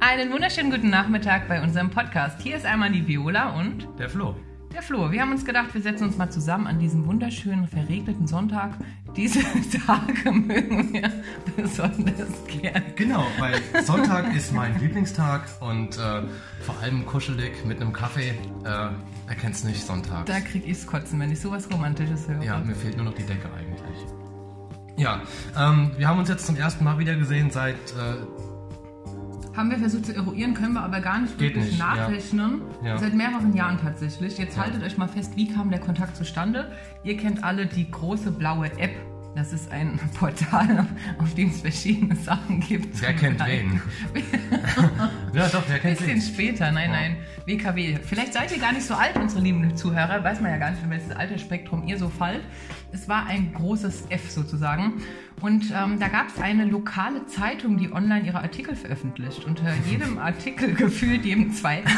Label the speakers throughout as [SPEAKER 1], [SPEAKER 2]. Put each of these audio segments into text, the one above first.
[SPEAKER 1] Einen wunderschönen guten Nachmittag bei unserem Podcast. Hier ist einmal die Viola und
[SPEAKER 2] Der Flo.
[SPEAKER 1] der Flo. Wir haben uns gedacht, wir setzen uns mal zusammen an diesem wunderschönen, verregneten Sonntag. Diese Tage mögen wir besonders gern.
[SPEAKER 2] Genau, weil Sonntag ist mein Lieblingstag und äh, vor allem kuschelig mit einem Kaffee. Äh, wer kennt's nicht, Sonntag.
[SPEAKER 1] Da krieg ich's kotzen, wenn ich sowas Romantisches höre.
[SPEAKER 2] Ja, mir fehlt nur noch die Decke eigentlich. Ja, ähm, wir haben uns jetzt zum ersten Mal wieder gesehen seit... Äh,
[SPEAKER 1] Haben wir versucht zu eruieren, können wir aber gar nicht
[SPEAKER 2] Geht
[SPEAKER 1] wirklich
[SPEAKER 2] nicht, ja.
[SPEAKER 1] nachrechnen.
[SPEAKER 2] Ja.
[SPEAKER 1] Seit mehreren Jahren tatsächlich. Jetzt haltet euch mal fest, wie kam der Kontakt zustande. Ihr kennt alle die große blaue App. Das ist ein Portal, auf dem es verschiedene Sachen gibt.
[SPEAKER 2] wer kennt wen? ja, doch, wer
[SPEAKER 1] Ein
[SPEAKER 2] kennt
[SPEAKER 1] bisschen
[SPEAKER 2] wen?
[SPEAKER 1] später, nein,
[SPEAKER 2] Ja.
[SPEAKER 1] nein. WKW. Vielleicht seid ihr gar nicht so alt, unsere lieben Zuhörer. Weiß man ja gar nicht, in welches Altersspektrum ihr so fallt. Es war ein großes F sozusagen. Und ähm, da gab es eine lokale Zeitung, die online ihre Artikel veröffentlicht. Unter jedem Artikel, gefühlt jedem zweiten,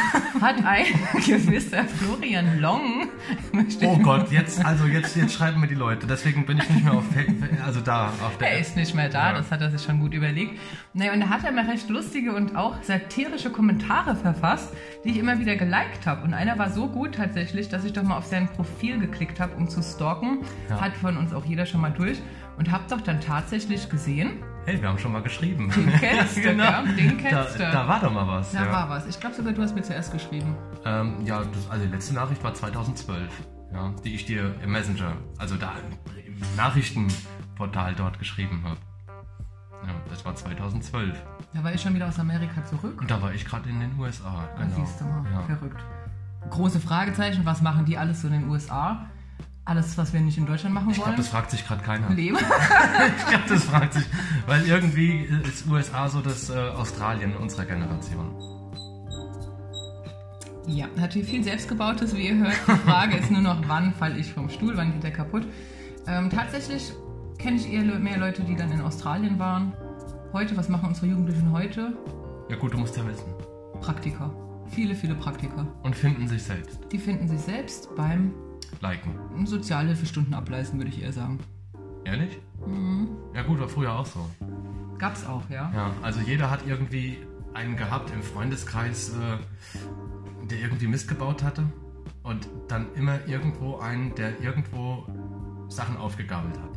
[SPEAKER 1] hat ein gewisser Florian Long. Möchte
[SPEAKER 2] Oh Gott, jetzt, also jetzt, jetzt schreiben mir die Leute. Deswegen bin ich nicht mehr auf, Fa- also da, auf der
[SPEAKER 1] Er ist nicht mehr da,
[SPEAKER 2] Ja.
[SPEAKER 1] das hat er sich schon gut überlegt. Naja, und da hat er mal recht lustige und auch satirische Kommentare verfasst, die ich immer wieder geliked habe. Und einer war so gut tatsächlich, dass ich doch mal auf sein Profil geklickt habe, um zu stalken.
[SPEAKER 2] Ja.
[SPEAKER 1] Hat von uns auch jeder schon mal durch. Und hab doch dann tatsächlich gesehen,
[SPEAKER 2] Hey, wir haben schon mal geschrieben.
[SPEAKER 1] den kennst du,
[SPEAKER 2] Genau.
[SPEAKER 1] gell? den kennst
[SPEAKER 2] Da,
[SPEAKER 1] du.
[SPEAKER 2] da war doch mal was.
[SPEAKER 1] Da
[SPEAKER 2] ja.
[SPEAKER 1] war was. Ich glaube sogar, du hast mir zuerst geschrieben.
[SPEAKER 2] Ähm, ja, das, also die letzte Nachricht war 2012, ja, die ich dir im Messenger, also da im Nachrichtenportal dort geschrieben habe. Ja, das war 2012.
[SPEAKER 1] Da war ich schon wieder aus Amerika zurück.
[SPEAKER 2] Und da war ich gerade in den USA. Genau.
[SPEAKER 1] Ah, Siehst du mal,
[SPEAKER 2] ja.
[SPEAKER 1] verrückt. Große Fragezeichen, was machen die alles so in den USA? Alles, was wir nicht in Deutschland machen
[SPEAKER 2] Ich
[SPEAKER 1] wollen?
[SPEAKER 2] glaube, das fragt sich gerade keiner.
[SPEAKER 1] Leben.
[SPEAKER 2] Ich glaube, das fragt sich. Weil irgendwie ist USA so das äh, Australien unserer Generation.
[SPEAKER 1] Ja, natürlich viel selbstgebautes, wie ihr hört. Die Frage ist nur noch, wann falle ich vom Stuhl, wann geht der kaputt. Ähm, tatsächlich kenne ich eher le- mehr Leute, die dann in Australien waren. Heute, was machen unsere Jugendlichen heute?
[SPEAKER 2] Ja gut, du musst ja wissen.
[SPEAKER 1] Praktika. Viele, viele Praktika.
[SPEAKER 2] Und finden sich selbst.
[SPEAKER 1] Die finden sich selbst beim
[SPEAKER 2] Liken.
[SPEAKER 1] Sozialhilfestunden ableisten, würde ich eher sagen.
[SPEAKER 2] Ehrlich?
[SPEAKER 1] Mhm.
[SPEAKER 2] Ja gut, war früher auch so.
[SPEAKER 1] Gab's auch, ja.
[SPEAKER 2] Ja, also jeder hat irgendwie einen gehabt im Freundeskreis, äh, der irgendwie Mist gebaut hatte. Und dann immer irgendwo einen, der irgendwo Sachen aufgegabelt hat.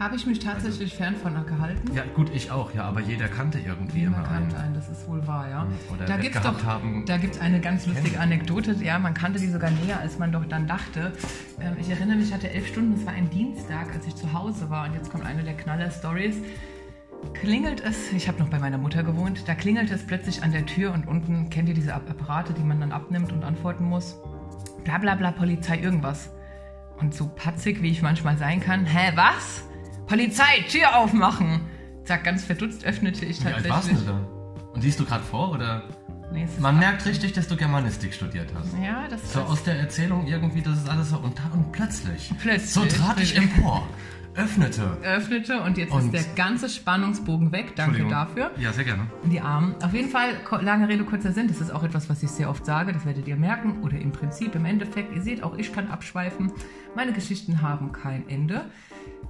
[SPEAKER 1] Habe ich mich tatsächlich fern von gehalten?
[SPEAKER 2] Ja, gut, ich auch, ja, aber jeder kannte irgendwie
[SPEAKER 1] Wie
[SPEAKER 2] immer
[SPEAKER 1] man kannte
[SPEAKER 2] einen.
[SPEAKER 1] einen, das ist wohl wahr, ja.
[SPEAKER 2] Oder
[SPEAKER 1] da
[SPEAKER 2] nett
[SPEAKER 1] gibt's
[SPEAKER 2] gehabt
[SPEAKER 1] doch,
[SPEAKER 2] haben.
[SPEAKER 1] da gibt's eine ganz lustige Anekdote. Ja, man kannte die sogar näher, als man doch dann dachte. Ähm, ich erinnere mich, ich hatte elf Stunden. Es war ein Dienstag, als ich zu Hause war. Und jetzt kommt eine der Knaller-Stories. Klingelt es, ich habe noch bei meiner Mutter gewohnt, da klingelt es plötzlich an der Tür und unten kennt ihr diese App- Apparate, die man dann abnimmt und antworten muss. Bla bla bla, Polizei, irgendwas. Und so patzig, wie ich manchmal sein kann, hä, was? Polizei, Tür aufmachen! Zack, ganz verdutzt öffnete ich
[SPEAKER 2] Wie alt warst
[SPEAKER 1] tatsächlich.
[SPEAKER 2] du da? Und liest du gerade vor, oder?
[SPEAKER 1] Nee, es ist
[SPEAKER 2] Man merkt richtig, dass du Germanistik studiert hast.
[SPEAKER 1] Ja, das
[SPEAKER 2] So
[SPEAKER 1] das-
[SPEAKER 2] aus der Erzählung irgendwie, das ist alles so und, und plötzlich.
[SPEAKER 1] Plötzlich.
[SPEAKER 2] So trat ich empor, öffnete.
[SPEAKER 1] öffnete und jetzt ist
[SPEAKER 2] Und-
[SPEAKER 1] der ganze Spannungsbogen weg. Danke
[SPEAKER 2] Entschuldigung.
[SPEAKER 1] dafür.
[SPEAKER 2] Ja, sehr gerne.
[SPEAKER 1] Die Armen. Auf jeden Fall, ko- lange Rede, kurzer Sinn. Das ist auch etwas, was ich sehr oft sage. Das werdet ihr merken. Oder im Prinzip, im Endeffekt. Ihr seht, auch ich kann abschweifen. Meine Geschichten haben kein Ende.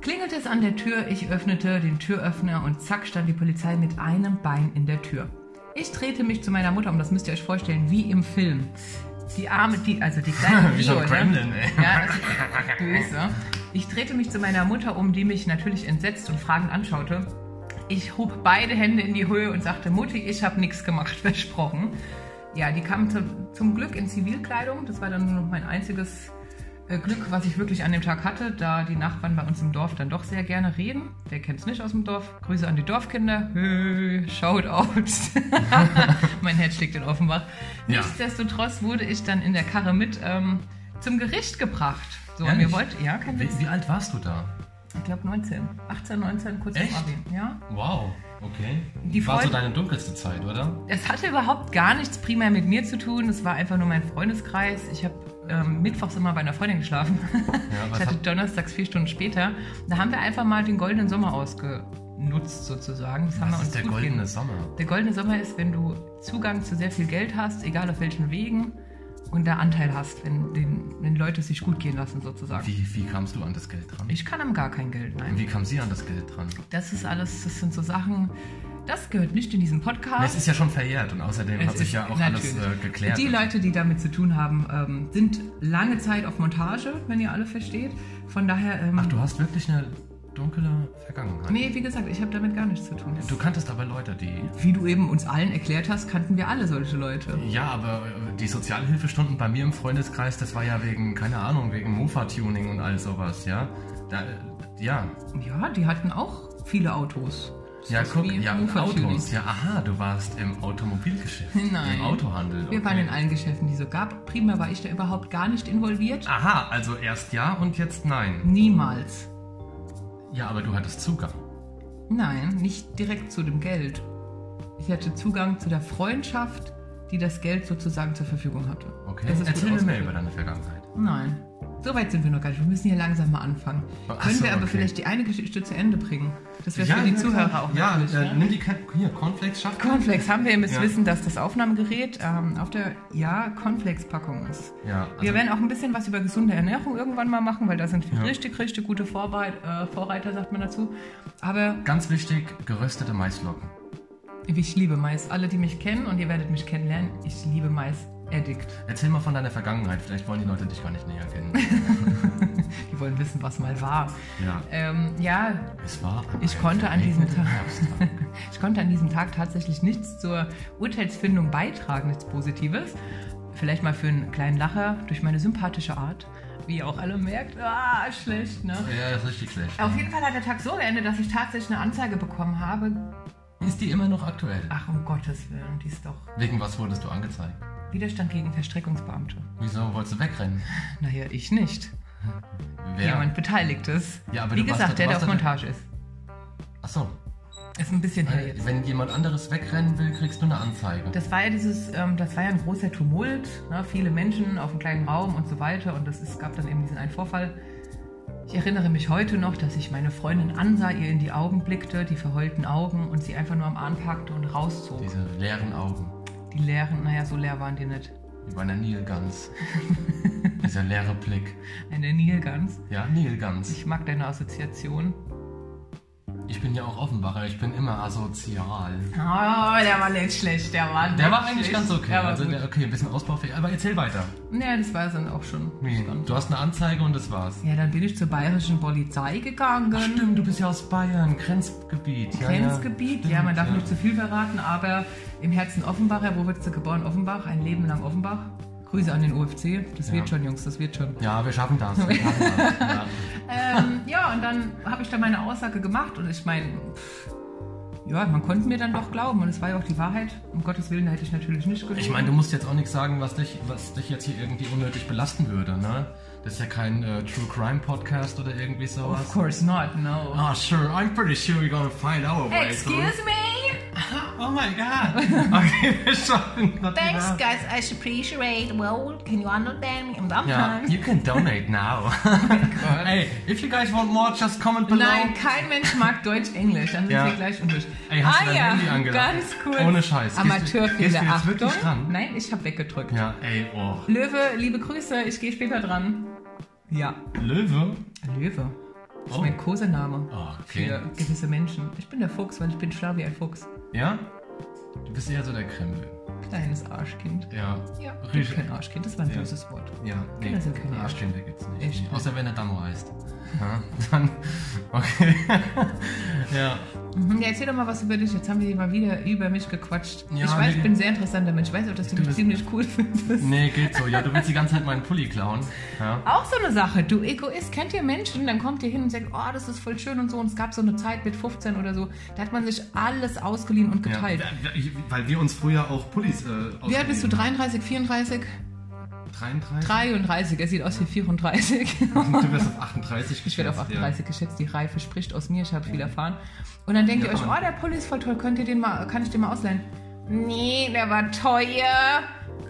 [SPEAKER 1] Klingelt es an der Tür. Ich öffnete den Türöffner und zack stand die Polizei mit einem Bein in der Tür. Ich drehte mich zu meiner Mutter um. Das müsst ihr euch vorstellen, wie im Film. Die Arme, die, also die kleine
[SPEAKER 2] Wie so ein
[SPEAKER 1] Viola.
[SPEAKER 2] Gremlin, ey.
[SPEAKER 1] Ja, das ist böse. Ich drehte mich zu meiner Mutter um, die mich natürlich entsetzt und fragend anschaute. Ich hob beide Hände in die Höhe und sagte, Mutti, ich habe nichts gemacht, versprochen. Ja, die kam zum, zum Glück in Zivilkleidung. Das war dann nur noch mein einziges äh, Glück, was ich wirklich an dem Tag hatte, da die Nachbarn bei uns im Dorf dann doch sehr gerne reden. Wer kennt's nicht aus dem Dorf? Grüße an die Dorfkinder. Hey, shout out. mein Herz schlägt in Offenbach.
[SPEAKER 2] Ja.
[SPEAKER 1] Nichtsdestotrotz wurde ich dann in der Karre mit ähm, zum Gericht gebracht. So,
[SPEAKER 2] Ehrlich?
[SPEAKER 1] mir wollte, ja, kein
[SPEAKER 2] Wie,
[SPEAKER 1] Witz.
[SPEAKER 2] wie alt warst du da?
[SPEAKER 1] Ich glaube 19, 18, 19, kurz
[SPEAKER 2] Echt?
[SPEAKER 1] vor Abi. Ja.
[SPEAKER 2] Wow, okay.
[SPEAKER 1] Die
[SPEAKER 2] War so
[SPEAKER 1] Freude-
[SPEAKER 2] deine dunkelste Zeit, oder?
[SPEAKER 1] Es hatte überhaupt gar nichts primär mit mir zu tun. Es war einfach nur mein Freundeskreis. Ich habe ähm, mittwochs immer bei einer Freundin geschlafen.
[SPEAKER 2] Ja,
[SPEAKER 1] Ich
[SPEAKER 2] was
[SPEAKER 1] hatte
[SPEAKER 2] hat,
[SPEAKER 1] donnerstags vier Stunden später. Da haben wir einfach mal den goldenen Sommer ausgenutzt, sozusagen. Das haben wir
[SPEAKER 2] was
[SPEAKER 1] uns
[SPEAKER 2] ist der
[SPEAKER 1] gut
[SPEAKER 2] goldene
[SPEAKER 1] gehen-
[SPEAKER 2] Sommer?
[SPEAKER 1] Der goldene Sommer ist, wenn du Zugang zu sehr viel Geld hast, egal auf welchen Wegen, und da Anteil hast, wenn, den, wenn Leute sich gut gehen lassen, sozusagen.
[SPEAKER 2] Wie, wie kamst du an das Geld dran?
[SPEAKER 1] Ich kann am gar kein Geld, nein.
[SPEAKER 2] Und wie kam sie an das Geld dran?
[SPEAKER 1] Das ist alles, das sind so Sachen, Das gehört nicht in diesen
[SPEAKER 2] Nee, Es
[SPEAKER 1] Podcast.
[SPEAKER 2] ist ja schon verjährt und außerdem
[SPEAKER 1] Es
[SPEAKER 2] hat sich
[SPEAKER 1] ist-
[SPEAKER 2] ja auch alles äh,
[SPEAKER 1] natürlich.
[SPEAKER 2] geklärt.
[SPEAKER 1] Die Leute, die damit zu tun haben, ähm, sind lange Zeit auf Montage, wenn ihr alle versteht. Von daher, ähm,
[SPEAKER 2] Ach, du hast wirklich eine dunkle Vergangenheit.
[SPEAKER 1] nee, wie gesagt, ich habe damit gar nichts zu tun.
[SPEAKER 2] Du kanntest aber Leute, die.
[SPEAKER 1] Wie du eben uns allen erklärt hast, kannten wir alle solche Leute.
[SPEAKER 2] Ja, aber äh, die Sozialhilfestunden bei mir im Freundeskreis, das war ja wegen, keine Ahnung, wegen Mofa-Tuning und all sowas, ja? Da, äh, ja,
[SPEAKER 1] Ja, die hatten auch viele Autos. Das
[SPEAKER 2] ja,
[SPEAKER 1] ist
[SPEAKER 2] guck,
[SPEAKER 1] wie
[SPEAKER 2] ja,
[SPEAKER 1] Mofa-Tuning.
[SPEAKER 2] Autos. Ja, aha, du warst im Automobilgeschäft.
[SPEAKER 1] Nein.
[SPEAKER 2] Im Autohandel.
[SPEAKER 1] Wir waren in allen Geschäften, die so gab. Prima war ich da überhaupt gar nicht involviert.
[SPEAKER 2] Aha, also erst ja und jetzt nein.
[SPEAKER 1] Niemals.
[SPEAKER 2] Ja, aber du hattest Zugang.
[SPEAKER 1] Nein, nicht direkt zu dem Geld. Ich hatte Zugang zu der Freundschaft, die das Geld sozusagen zur Verfügung hatte.
[SPEAKER 2] Okay.
[SPEAKER 1] Das ist gut
[SPEAKER 2] Erzähl mir mehr
[SPEAKER 1] ausgedrückt.
[SPEAKER 2] über deine Vergangenheit.
[SPEAKER 1] Nein. So weit sind wir noch gar nicht. Wir müssen hier langsam mal anfangen.
[SPEAKER 2] Ach
[SPEAKER 1] Können
[SPEAKER 2] so,
[SPEAKER 1] wir aber
[SPEAKER 2] okay.
[SPEAKER 1] vielleicht die eine Geschichte zu Ende bringen? Das wäre
[SPEAKER 2] Ja,
[SPEAKER 1] für die
[SPEAKER 2] ja,
[SPEAKER 1] Zuhörer
[SPEAKER 2] klar.
[SPEAKER 1] auch
[SPEAKER 2] Ja,
[SPEAKER 1] nützlich,
[SPEAKER 2] äh,
[SPEAKER 1] ne?
[SPEAKER 2] nimm die Ke- hier, Cornflakes schafft.
[SPEAKER 1] Cornflakes haben wir, ihr müsst
[SPEAKER 2] Ja.
[SPEAKER 1] wissen, dass das Aufnahmegerät ähm, auf der ja, Cornflakes-Packung ist.
[SPEAKER 2] Ja, also,
[SPEAKER 1] wir werden auch ein bisschen was über gesunde Ernährung irgendwann mal machen, weil da sind wir
[SPEAKER 2] Ja.
[SPEAKER 1] richtig, richtig gute Vorbereit äh, Vorreiter, sagt man dazu. Aber
[SPEAKER 2] ganz wichtig, geröstete Maisflocken.
[SPEAKER 1] ich liebe Mais. Alle, die mich kennen und ihr werdet mich kennenlernen, ich liebe Mais. Addict.
[SPEAKER 2] Erzähl mal von deiner Vergangenheit, vielleicht wollen die Leute dich gar nicht näher kennen.
[SPEAKER 1] Die wollen wissen, was mal war.
[SPEAKER 2] ja,
[SPEAKER 1] Ähm, ja,
[SPEAKER 2] es war. ein
[SPEAKER 1] Ich konnte an diesem
[SPEAKER 2] verregneter
[SPEAKER 1] Tag-
[SPEAKER 2] Herbsttag.
[SPEAKER 1] ich konnte an diesem Tag tatsächlich nichts zur Urteilsfindung beitragen, nichts Positives. Vielleicht mal für einen kleinen Lacher durch meine sympathische Art. Wie ihr auch alle merkt, ah, schlecht, ne?
[SPEAKER 2] ja, ist richtig schlecht.
[SPEAKER 1] Auf jeden Fall hat der Tag so geendet, dass ich tatsächlich eine Anzeige bekommen habe.
[SPEAKER 2] Ist die immer noch aktuell?
[SPEAKER 1] Ach, um Gottes Willen, die ist doch
[SPEAKER 2] Wegen was wurdest du angezeigt?
[SPEAKER 1] Widerstand gegen Verstreckungsbeamte.
[SPEAKER 2] Wieso wolltest du wegrennen?
[SPEAKER 1] Naja, ich nicht.
[SPEAKER 2] Wer?
[SPEAKER 1] Jemand Beteiligtes.
[SPEAKER 2] Ja, aber
[SPEAKER 1] Wie
[SPEAKER 2] du warst
[SPEAKER 1] gesagt,
[SPEAKER 2] da-
[SPEAKER 1] der, der auf
[SPEAKER 2] warst da-
[SPEAKER 1] Montage ist.
[SPEAKER 2] Achso,
[SPEAKER 1] Ist ein
[SPEAKER 2] Äh,
[SPEAKER 1] bisschen her jetzt.
[SPEAKER 2] wenn jemand anderes wegrennen will, kriegst du eine Anzeige.
[SPEAKER 1] Das war ja dieses, ähm, das war ja ein großer Tumult, ne? viele Menschen auf einem kleinen Raum und so weiter. Und das ist, gab dann eben diesen einen Vorfall. Ich erinnere mich heute noch, dass ich meine Freundin ansah, ihr in die Augen blickte, die verheulten Augen und sie einfach nur am Arm packte und rauszog.
[SPEAKER 2] Diese leeren Augen,
[SPEAKER 1] Die leeren, naja, so leer waren die nicht.
[SPEAKER 2] wie bei einer Nilgans. Dieser leere Blick.
[SPEAKER 1] Eine Nilgans.
[SPEAKER 2] Ja, Nilgans.
[SPEAKER 1] Ich mag deine Assoziation.
[SPEAKER 2] Ich bin ja auch Offenbacher, ich bin immer asozial.
[SPEAKER 1] Ah, der war nicht schlecht, der war
[SPEAKER 2] Der
[SPEAKER 1] nicht
[SPEAKER 2] war eigentlich
[SPEAKER 1] schlecht.
[SPEAKER 2] ganz okay.
[SPEAKER 1] Der war
[SPEAKER 2] also,
[SPEAKER 1] gut.
[SPEAKER 2] der, okay, ein bisschen ausbaufähig. Aber erzähl weiter.
[SPEAKER 1] ja, das war es dann auch schon.
[SPEAKER 2] Du hast eine Anzeige und das war's.
[SPEAKER 1] Ja, dann bin ich zur bayerischen Polizei gegangen.
[SPEAKER 2] Stimmt, du bist ja aus Bayern, Grenzgebiet. Ja,
[SPEAKER 1] Grenzgebiet, ja, man darf
[SPEAKER 2] ja.
[SPEAKER 1] nicht zu viel verraten, aber im Herzen Offenbacher, wo wirst du geboren? Offenbach, ein Leben lang Offenbach. Grüße an den UFC, das
[SPEAKER 2] Ja.
[SPEAKER 1] wird schon, Jungs, das wird schon.
[SPEAKER 2] Ja, wir schaffen das. Wir schaffen das. Ja.
[SPEAKER 1] Ähm, ja, und dann habe ich da meine Aussage gemacht und ich meine, pff, ja, man konnte mir dann doch glauben und es war ja auch die Wahrheit. Um Gottes Willen hätte ich natürlich nicht gelogen.
[SPEAKER 2] Ich meine, du musst jetzt auch nichts sagen, was dich, was dich jetzt hier irgendwie unnötig belasten würde, ne? Das ist ja kein äh, True Crime Podcast oder irgendwie
[SPEAKER 1] Of
[SPEAKER 2] sowas.
[SPEAKER 1] course not, no.
[SPEAKER 2] Ah, sure, I'm pretty sure we're gonna find our way
[SPEAKER 1] Excuse me?
[SPEAKER 2] through. Oh my god. Okay, wir schaffen das.
[SPEAKER 3] Thanks, guys. I appreciate. Well, can you understand me? I'm done.
[SPEAKER 2] Ja, you can donate now. Ey, if you guys want more, just comment below.
[SPEAKER 1] Nein, kein Mensch mag Deutsch-Englisch, dann sind
[SPEAKER 2] Ja.
[SPEAKER 1] wir gleich undisch.
[SPEAKER 2] Ey, hast du
[SPEAKER 1] ah
[SPEAKER 2] dein
[SPEAKER 1] ja,
[SPEAKER 2] Handy angelacht?
[SPEAKER 1] ganz cool.
[SPEAKER 2] Ohne Scheiß. Gehst du- gehst
[SPEAKER 1] Amateurfehler,
[SPEAKER 2] du jetzt wirklich
[SPEAKER 1] Achtung.
[SPEAKER 2] dran?
[SPEAKER 1] Nein, ich habe weggedrückt.
[SPEAKER 2] Ja, ey, oh.
[SPEAKER 1] Löwe, liebe Grüße, ich gehe später dran. Ja,
[SPEAKER 2] Löwe?
[SPEAKER 1] Löwe. Das
[SPEAKER 2] Oh.
[SPEAKER 1] ist mein Kosename
[SPEAKER 2] Oh,
[SPEAKER 1] für
[SPEAKER 2] okay.
[SPEAKER 1] gewisse Menschen. Ich bin der Fuchs, weil ich bin schlau wie ein Fuchs.
[SPEAKER 2] Ja? Du bist eher so der Krempel.
[SPEAKER 1] Kleines Arschkind.
[SPEAKER 2] Ja.
[SPEAKER 1] Ja, ich bin
[SPEAKER 2] Richtig.
[SPEAKER 1] kein Arschkind, das war ein
[SPEAKER 2] Ja.
[SPEAKER 1] böses Wort.
[SPEAKER 2] Ja, nee,
[SPEAKER 1] Kinder sind keine
[SPEAKER 2] Arschkinder gibt's nicht.
[SPEAKER 1] Echt?
[SPEAKER 2] Außer wenn er Damo heißt. Ja, dann, okay. ja,
[SPEAKER 1] Mhm, ja, erzähl doch mal was über dich. Jetzt haben wir mal wieder über mich gequatscht.
[SPEAKER 2] Ja,
[SPEAKER 1] ich weiß, ich
[SPEAKER 2] nee.
[SPEAKER 1] bin ein sehr interessanter Mensch. Ich weiß auch, dass du,
[SPEAKER 2] Du
[SPEAKER 1] mich
[SPEAKER 2] bist-
[SPEAKER 1] ziemlich cool findest.
[SPEAKER 2] nee, geht so. Ja, du willst die ganze Zeit meinen Pulli klauen. Ja.
[SPEAKER 1] Auch so eine Sache, du Egoist, kennt ihr Menschen, dann kommt ihr hin und sagt, oh, das ist voll schön und so. Und es gab so eine Zeit mit 15 oder so, da hat man sich alles ausgeliehen und
[SPEAKER 2] Ja,
[SPEAKER 1] geteilt.
[SPEAKER 2] weil wir uns früher auch Pullis äh,
[SPEAKER 1] Wie alt bist du? 33, 34?
[SPEAKER 2] 33?
[SPEAKER 1] 33, er sieht aus wie 34.
[SPEAKER 2] Du wirst auf 38
[SPEAKER 1] Ich werde auf
[SPEAKER 2] geschätzt, ja.
[SPEAKER 1] 38 geschätzt, die Reife spricht aus mir, ich habe viel erfahren. Und dann denkt ihr euch, oh, der Pulli ist voll toll, könnt ihr den mal, kann ich den mal ausleihen? Nee, der war teuer.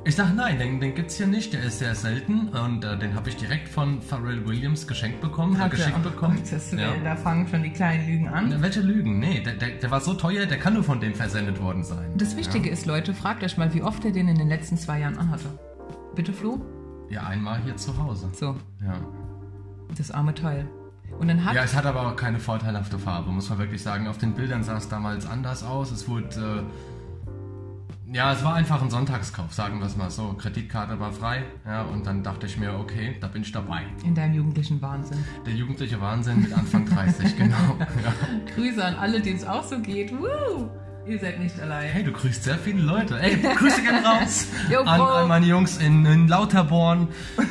[SPEAKER 2] Ich sag nein, den, den gibt's hier nicht, der ist sehr selten und äh, den habe ich direkt von Pharrell Williams geschenkt bekommen,
[SPEAKER 1] Hat er-
[SPEAKER 2] geschickt
[SPEAKER 1] oh
[SPEAKER 2] bekommen.
[SPEAKER 1] Gottes
[SPEAKER 2] Ja.
[SPEAKER 1] Willen, Da fangen schon die kleinen Lügen an.
[SPEAKER 2] Na, Welche Lügen? Nee, der, der, der war so teuer, der kann nur von dem versendet worden sein.
[SPEAKER 1] Das Wichtige ist, Leute, fragt euch mal, wie oft er den in den letzten zwei Jahren anhatte. Bitte, Flo?
[SPEAKER 2] Ja, einmal hier zu Hause.
[SPEAKER 1] So,
[SPEAKER 2] Ja.
[SPEAKER 1] das arme Teil. Und dann hat
[SPEAKER 2] Ja, es hat aber auch keine vorteilhafte Farbe, muss man wirklich sagen. Auf den Bildern sah es damals anders aus. Es wurde. Äh, ja, es war einfach ein Sonntagskauf, sagen wir es mal so. Kreditkarte war frei. Ja, und dann dachte ich mir, okay, da bin ich dabei.
[SPEAKER 1] in deinem jugendlichen Wahnsinn.
[SPEAKER 2] Der jugendliche Wahnsinn mit Anfang 30, genau. Ja.
[SPEAKER 1] Grüße an alle, denen es auch so geht. Woo! Ihr seid nicht allein.
[SPEAKER 2] Hey, du grüßt sehr viele Leute. Ey, Grüße gehen raus
[SPEAKER 1] Jo,
[SPEAKER 2] an,
[SPEAKER 1] Bro.
[SPEAKER 2] an meine Jungs in, in Lauterborn,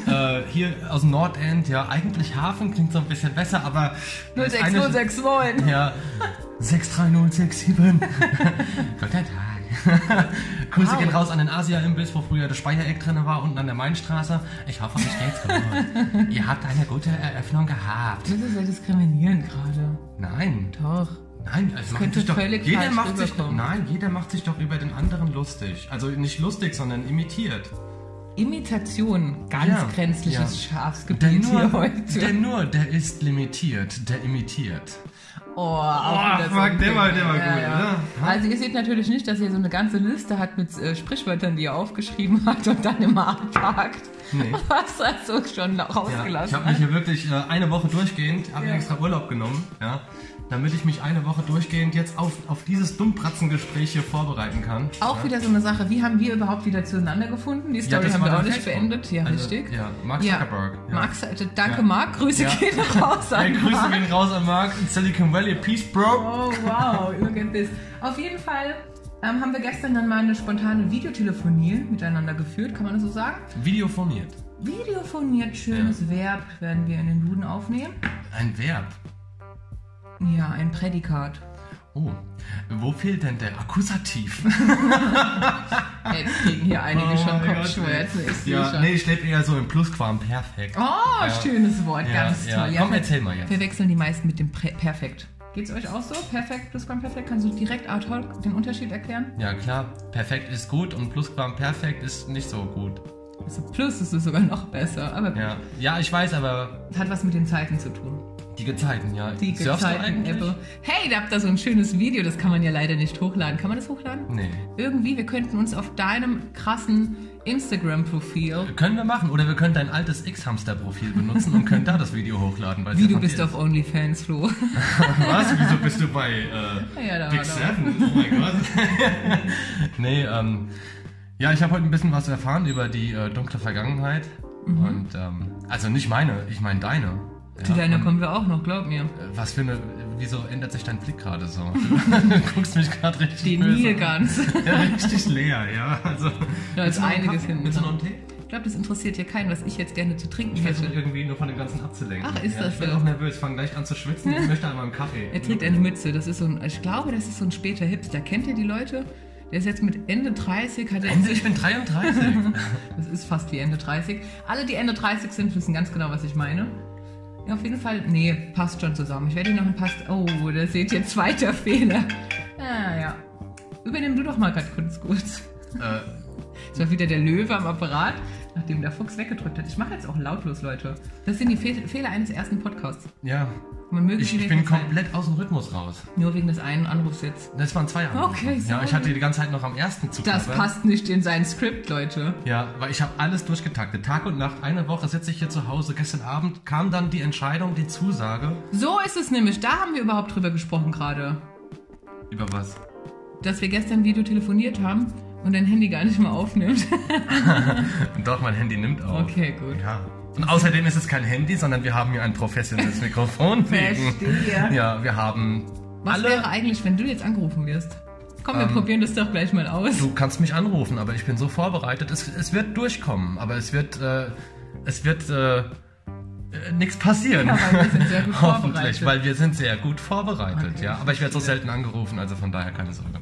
[SPEAKER 2] äh, hier aus dem Nordend. Ja, eigentlich Hafen klingt so ein bisschen besser, aber... da ist eine-
[SPEAKER 1] 06069.
[SPEAKER 2] Ja, 63067. Guten Tag. Grüße
[SPEAKER 1] Wow.
[SPEAKER 2] gehen raus an den Asia-Imbiss, wo früher das Speichereck drin war, unten an der Mainstraße. Ich hoffe, euch geht's gut. Ihr habt eine gute Eröffnung gehabt.
[SPEAKER 1] Das ist ja diskriminierend gerade.
[SPEAKER 2] Nein,
[SPEAKER 1] Doch.
[SPEAKER 2] Nein, also
[SPEAKER 1] könnte
[SPEAKER 2] doch,
[SPEAKER 1] völlig
[SPEAKER 2] jeder
[SPEAKER 1] falsch
[SPEAKER 2] macht sich,
[SPEAKER 1] rüberkommen.
[SPEAKER 2] Nein, jeder macht sich doch über den anderen lustig. Also nicht lustig, sondern imitiert.
[SPEAKER 1] Imitation, ganz
[SPEAKER 2] Ja,
[SPEAKER 1] grenzliches
[SPEAKER 2] ja. Der
[SPEAKER 1] Schafsgebiet
[SPEAKER 2] nur,
[SPEAKER 1] hier
[SPEAKER 2] der
[SPEAKER 1] heute.
[SPEAKER 2] nur, der ist limitiert, der imitiert.
[SPEAKER 1] Oh, auch
[SPEAKER 2] Oh,
[SPEAKER 1] wieder
[SPEAKER 2] fuck,
[SPEAKER 1] ein
[SPEAKER 2] der war-
[SPEAKER 1] Ding.
[SPEAKER 2] der war gut, oder?
[SPEAKER 1] Also ihr seht natürlich nicht, dass ihr so eine ganze Liste hat mit äh, Sprichwörtern, die ihr aufgeschrieben habt und dann immer abhakt.
[SPEAKER 2] Nee.
[SPEAKER 1] Was hast du schon
[SPEAKER 2] Ja, ich
[SPEAKER 1] rausgelassen?
[SPEAKER 2] habe mich hier wirklich äh, eine Woche durchgehend, habe
[SPEAKER 1] Ja.
[SPEAKER 2] extra Urlaub genommen, ja, damit ich mich eine Woche durchgehend jetzt auf, auf dieses Dummpratzengespräch hier vorbereiten kann.
[SPEAKER 1] auch
[SPEAKER 2] ja.
[SPEAKER 1] wieder so eine Sache, wie haben wir überhaupt wieder zueinander gefunden? Die
[SPEAKER 2] Ja,
[SPEAKER 1] Story
[SPEAKER 2] das
[SPEAKER 1] haben
[SPEAKER 2] war
[SPEAKER 1] wir auch
[SPEAKER 2] dann
[SPEAKER 1] nicht
[SPEAKER 2] Facebook.
[SPEAKER 1] beendet. Ja,
[SPEAKER 2] Also,
[SPEAKER 1] richtig.
[SPEAKER 2] Ja, Mark
[SPEAKER 1] Ja.
[SPEAKER 2] Zuckerberg. Ja.
[SPEAKER 1] Max, äh, danke
[SPEAKER 2] Ja.
[SPEAKER 1] Mark, Grüße
[SPEAKER 2] Ja.
[SPEAKER 1] gehen raus
[SPEAKER 2] Hey,
[SPEAKER 1] an
[SPEAKER 2] Grüße
[SPEAKER 1] Mark.
[SPEAKER 2] gehen raus an Mark in Silicon Valley. Peace, Bro.
[SPEAKER 1] Oh wow, look at this. Auf jeden Fall ähm, haben wir gestern dann mal eine spontane Videotelefonie miteinander geführt, kann man das so sagen?
[SPEAKER 2] Videophoniert.
[SPEAKER 1] Videofoniert, schönes Verb werden wir in den Duden aufnehmen.
[SPEAKER 2] Ein Verb.
[SPEAKER 1] Ja, ein Prädikat.
[SPEAKER 2] Oh, wo fehlt denn der Akkusativ?
[SPEAKER 1] Ey, wir Äh, kriegen hier einige schon Kopfschmerzen. ich sehe
[SPEAKER 2] ja,
[SPEAKER 1] schon.
[SPEAKER 2] Oh nee, ich lebe eher so im Plusquamperfekt.
[SPEAKER 1] Oh, schönes Wort,
[SPEAKER 2] Ja,
[SPEAKER 1] ganz
[SPEAKER 2] ja.
[SPEAKER 1] toll.
[SPEAKER 2] Komm,
[SPEAKER 1] ver-
[SPEAKER 2] erzähl mal jetzt.
[SPEAKER 1] Verwechseln die meisten mit dem Prä Perfekt. Geht's euch auch so? Perfekt, Plusquamperfekt? Kannst du direkt ad hoc den Unterschied erklären?
[SPEAKER 2] Ja klar, perfekt ist gut und Plusquamperfekt ist nicht so gut.
[SPEAKER 1] Also Plus ist es sogar noch besser, aber
[SPEAKER 2] Ja, ja ich weiß, aber
[SPEAKER 1] hat was mit den Zeiten zu tun.
[SPEAKER 2] die Gezeiten, ja.
[SPEAKER 1] Die
[SPEAKER 2] Surfst du
[SPEAKER 1] gezeigten
[SPEAKER 2] eigentlich?
[SPEAKER 1] Apple. Hey, da habt ihr so ein schönes Video, das kann man ja leider nicht hochladen. Kann man das hochladen?
[SPEAKER 2] Nee.
[SPEAKER 1] Irgendwie, wir könnten uns auf deinem krassen Instagram-Profil,
[SPEAKER 2] Können wir machen oder wir können dein altes X-Hamster-Profil benutzen und können da das Video hochladen. weil's
[SPEAKER 1] wie
[SPEAKER 2] ja
[SPEAKER 1] du
[SPEAKER 2] von
[SPEAKER 1] bist
[SPEAKER 2] dir
[SPEAKER 1] auf OnlyFans, Flo.
[SPEAKER 2] ist. Was? Wieso bist du bei äh,
[SPEAKER 1] Ja, da- da-
[SPEAKER 2] Big Seven? Oh mein Gott. nee, ähm, ja, ich habe heute ein bisschen was erfahren über die äh, dunkle Vergangenheit.
[SPEAKER 1] Mhm.
[SPEAKER 2] Und, ähm, also nicht meine, ich meine deine.
[SPEAKER 1] Zu
[SPEAKER 2] Ja,
[SPEAKER 1] deiner
[SPEAKER 2] und-
[SPEAKER 1] kommen wir auch noch, glaub mir.
[SPEAKER 2] Was für eine. Wieso ändert sich dein Blick gerade so? Du guckst mich gerade richtig
[SPEAKER 1] Den
[SPEAKER 2] böse
[SPEAKER 1] hier
[SPEAKER 2] an.
[SPEAKER 1] ganz.
[SPEAKER 2] Ja, richtig leer, ja. Also.
[SPEAKER 1] Da ist einiges hinten.
[SPEAKER 2] Willst du noch
[SPEAKER 1] dran.
[SPEAKER 2] einen Tee?
[SPEAKER 1] Ich glaube, das interessiert ja keinen, was ich jetzt gerne zu trinken
[SPEAKER 2] Ich versuche
[SPEAKER 1] hätte.
[SPEAKER 2] irgendwie nur von dem Ganzen abzulenken.
[SPEAKER 1] Ach, ist
[SPEAKER 2] ja,
[SPEAKER 1] das
[SPEAKER 2] Ich bin
[SPEAKER 1] so?
[SPEAKER 2] auch nervös, fange gleich an zu schwitzen. Ich möchte einmal einen Kaffee.
[SPEAKER 1] Er trägt eine Mütze. Das ist so ein, ich glaube, das ist so ein später Hipster. Kennt ihr die Leute? Der ist jetzt mit Ende 30, hat er
[SPEAKER 2] Ende, ich bin 33.
[SPEAKER 1] Das ist fast wie Ende 30. Alle, die Ende 30 sind, wissen ganz genau, was ich meine. Ja, auf jeden Fall, nee, passt schon zusammen. Ich werde dir noch ein passt. Oh, da seht ihr zweiter Fehler. Ja, ja. Übernimm du doch mal gerade kurz kurz.
[SPEAKER 2] äh,
[SPEAKER 1] Es war wieder der Löwe am Apparat, nachdem der Fuchs weggedrückt hat. Ich mache jetzt auch lautlos, Leute. Das sind die Fe Fehler eines ersten Podcasts.
[SPEAKER 2] ja,
[SPEAKER 1] Man möge
[SPEAKER 2] ich,
[SPEAKER 1] sie
[SPEAKER 2] ich bin
[SPEAKER 1] wenigstens sein.
[SPEAKER 2] komplett aus dem Rhythmus raus.
[SPEAKER 1] Nur wegen des einen Anrufs jetzt.
[SPEAKER 2] Das waren zwei Anrufe.
[SPEAKER 1] Okay,
[SPEAKER 2] Ja, ich
[SPEAKER 1] sorry.
[SPEAKER 2] hatte die ganze Zeit noch am ersten zu
[SPEAKER 1] Das
[SPEAKER 2] knabbern.
[SPEAKER 1] passt nicht in sein Skript, Leute.
[SPEAKER 2] Ja, weil ich habe alles durchgetaktet. Tag und Nacht, eine Woche sitze ich hier zu Hause. Gestern Abend kam dann die Entscheidung, die Zusage.
[SPEAKER 1] So ist es nämlich. Da haben wir überhaupt drüber gesprochen gerade.
[SPEAKER 2] Über was?
[SPEAKER 1] dass wir gestern Video telefoniert haben und dein Handy gar nicht mehr aufnimmt.
[SPEAKER 2] Doch, mein Handy nimmt auf.
[SPEAKER 1] Okay, gut.
[SPEAKER 2] Ja. Und außerdem ist es kein Handy, sondern wir haben hier ein professionelles Mikrofon liegen. Ja, wir haben.
[SPEAKER 1] Was
[SPEAKER 2] Alle- Ähm,
[SPEAKER 1] wäre eigentlich, wenn du jetzt angerufen wirst? Komm, wir probieren das doch gleich mal aus.
[SPEAKER 2] Du kannst mich anrufen, aber ich bin so vorbereitet. Es, es wird durchkommen, aber es wird. Äh, es wird. Äh, nichts passieren.
[SPEAKER 1] Ja, weil wir sind sehr gut
[SPEAKER 2] Hoffentlich,
[SPEAKER 1] vorbereitet.
[SPEAKER 2] weil wir sind sehr gut vorbereitet,
[SPEAKER 1] Okay,
[SPEAKER 2] ja. Aber ich werde so selten angerufen, also von daher keine Sorge.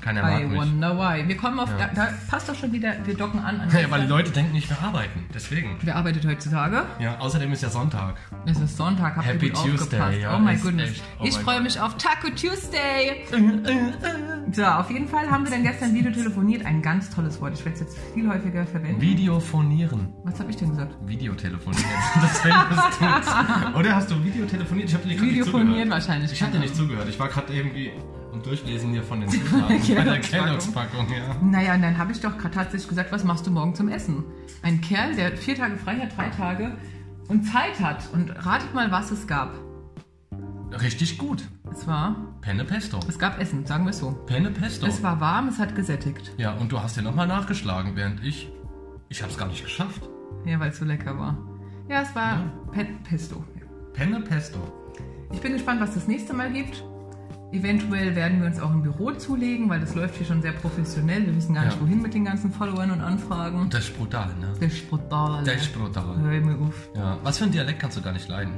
[SPEAKER 2] Keiner mag
[SPEAKER 1] I
[SPEAKER 2] mich.
[SPEAKER 1] wonder why. Wir kommen auf,
[SPEAKER 2] Ja.
[SPEAKER 1] da, da passt doch schon wieder, wir docken an. an
[SPEAKER 2] Ja, weil die Leute denken nicht, wir arbeiten. Deswegen.
[SPEAKER 1] Wer arbeitet heutzutage?
[SPEAKER 2] Ja, außerdem ist ja Sonntag.
[SPEAKER 1] Es ist Sonntag, habt
[SPEAKER 2] Happy
[SPEAKER 1] ihr gut
[SPEAKER 2] Tuesday,
[SPEAKER 1] aufgepasst.
[SPEAKER 2] ja,
[SPEAKER 1] oh mein
[SPEAKER 2] ist
[SPEAKER 1] goodness.
[SPEAKER 2] echt, oh
[SPEAKER 1] ich
[SPEAKER 2] mein
[SPEAKER 1] freue
[SPEAKER 2] Gott.
[SPEAKER 1] mich auf Taco Tuesday. So, auf jeden Fall haben wir dann gestern Video telefoniert. Ein ganz tolles Wort. Ich werde es jetzt viel häufiger verwenden.
[SPEAKER 2] Videophonieren.
[SPEAKER 1] Was habe ich denn gesagt?
[SPEAKER 2] Videotelefoniert. Das findest du. Oder hast du Videotelefoniert? Ich habe dir gerade nicht
[SPEAKER 1] Videofoniert
[SPEAKER 2] zugehört.
[SPEAKER 1] wahrscheinlich.
[SPEAKER 2] Ich hatte nicht zugehört. Ich war gerade irgendwie am Durchlesen hier von den Zutaten bei der Kelloggs-Packung, ja.
[SPEAKER 1] Naja, und dann habe ich doch gerade tatsächlich gesagt, was machst du morgen zum Essen? Ein Kerl, der vier Tage frei hat, drei Tage und Zeit hat. Und ratet mal, was es gab.
[SPEAKER 2] richtig gut.
[SPEAKER 1] Es war,
[SPEAKER 2] Penne Pesto.
[SPEAKER 1] es gab Essen, sagen wir es so.
[SPEAKER 2] Penne Pesto.
[SPEAKER 1] Es war warm, es hat gesättigt.
[SPEAKER 2] Ja, und du hast ja nochmal nachgeschlagen, während ich. Ich hab's gar nicht geschafft.
[SPEAKER 1] Ja, weil es so lecker war. Ja, es war
[SPEAKER 2] Ja.
[SPEAKER 1] Pe Pesto. Ja.
[SPEAKER 2] Penne Pesto.
[SPEAKER 1] Ich bin gespannt, was das nächste Mal gibt. Eventuell werden wir uns auch ein Büro zulegen, weil das läuft hier schon sehr professionell. Wir wissen gar nicht,
[SPEAKER 2] Ja.
[SPEAKER 1] wohin mit den ganzen Followern und Anfragen.
[SPEAKER 2] Das ist brutal, ne?
[SPEAKER 1] Das ist brutal.
[SPEAKER 2] Das ist brutal.
[SPEAKER 1] Hör mir auf.
[SPEAKER 2] Ja. Was für ein Dialekt kannst du gar nicht leiden?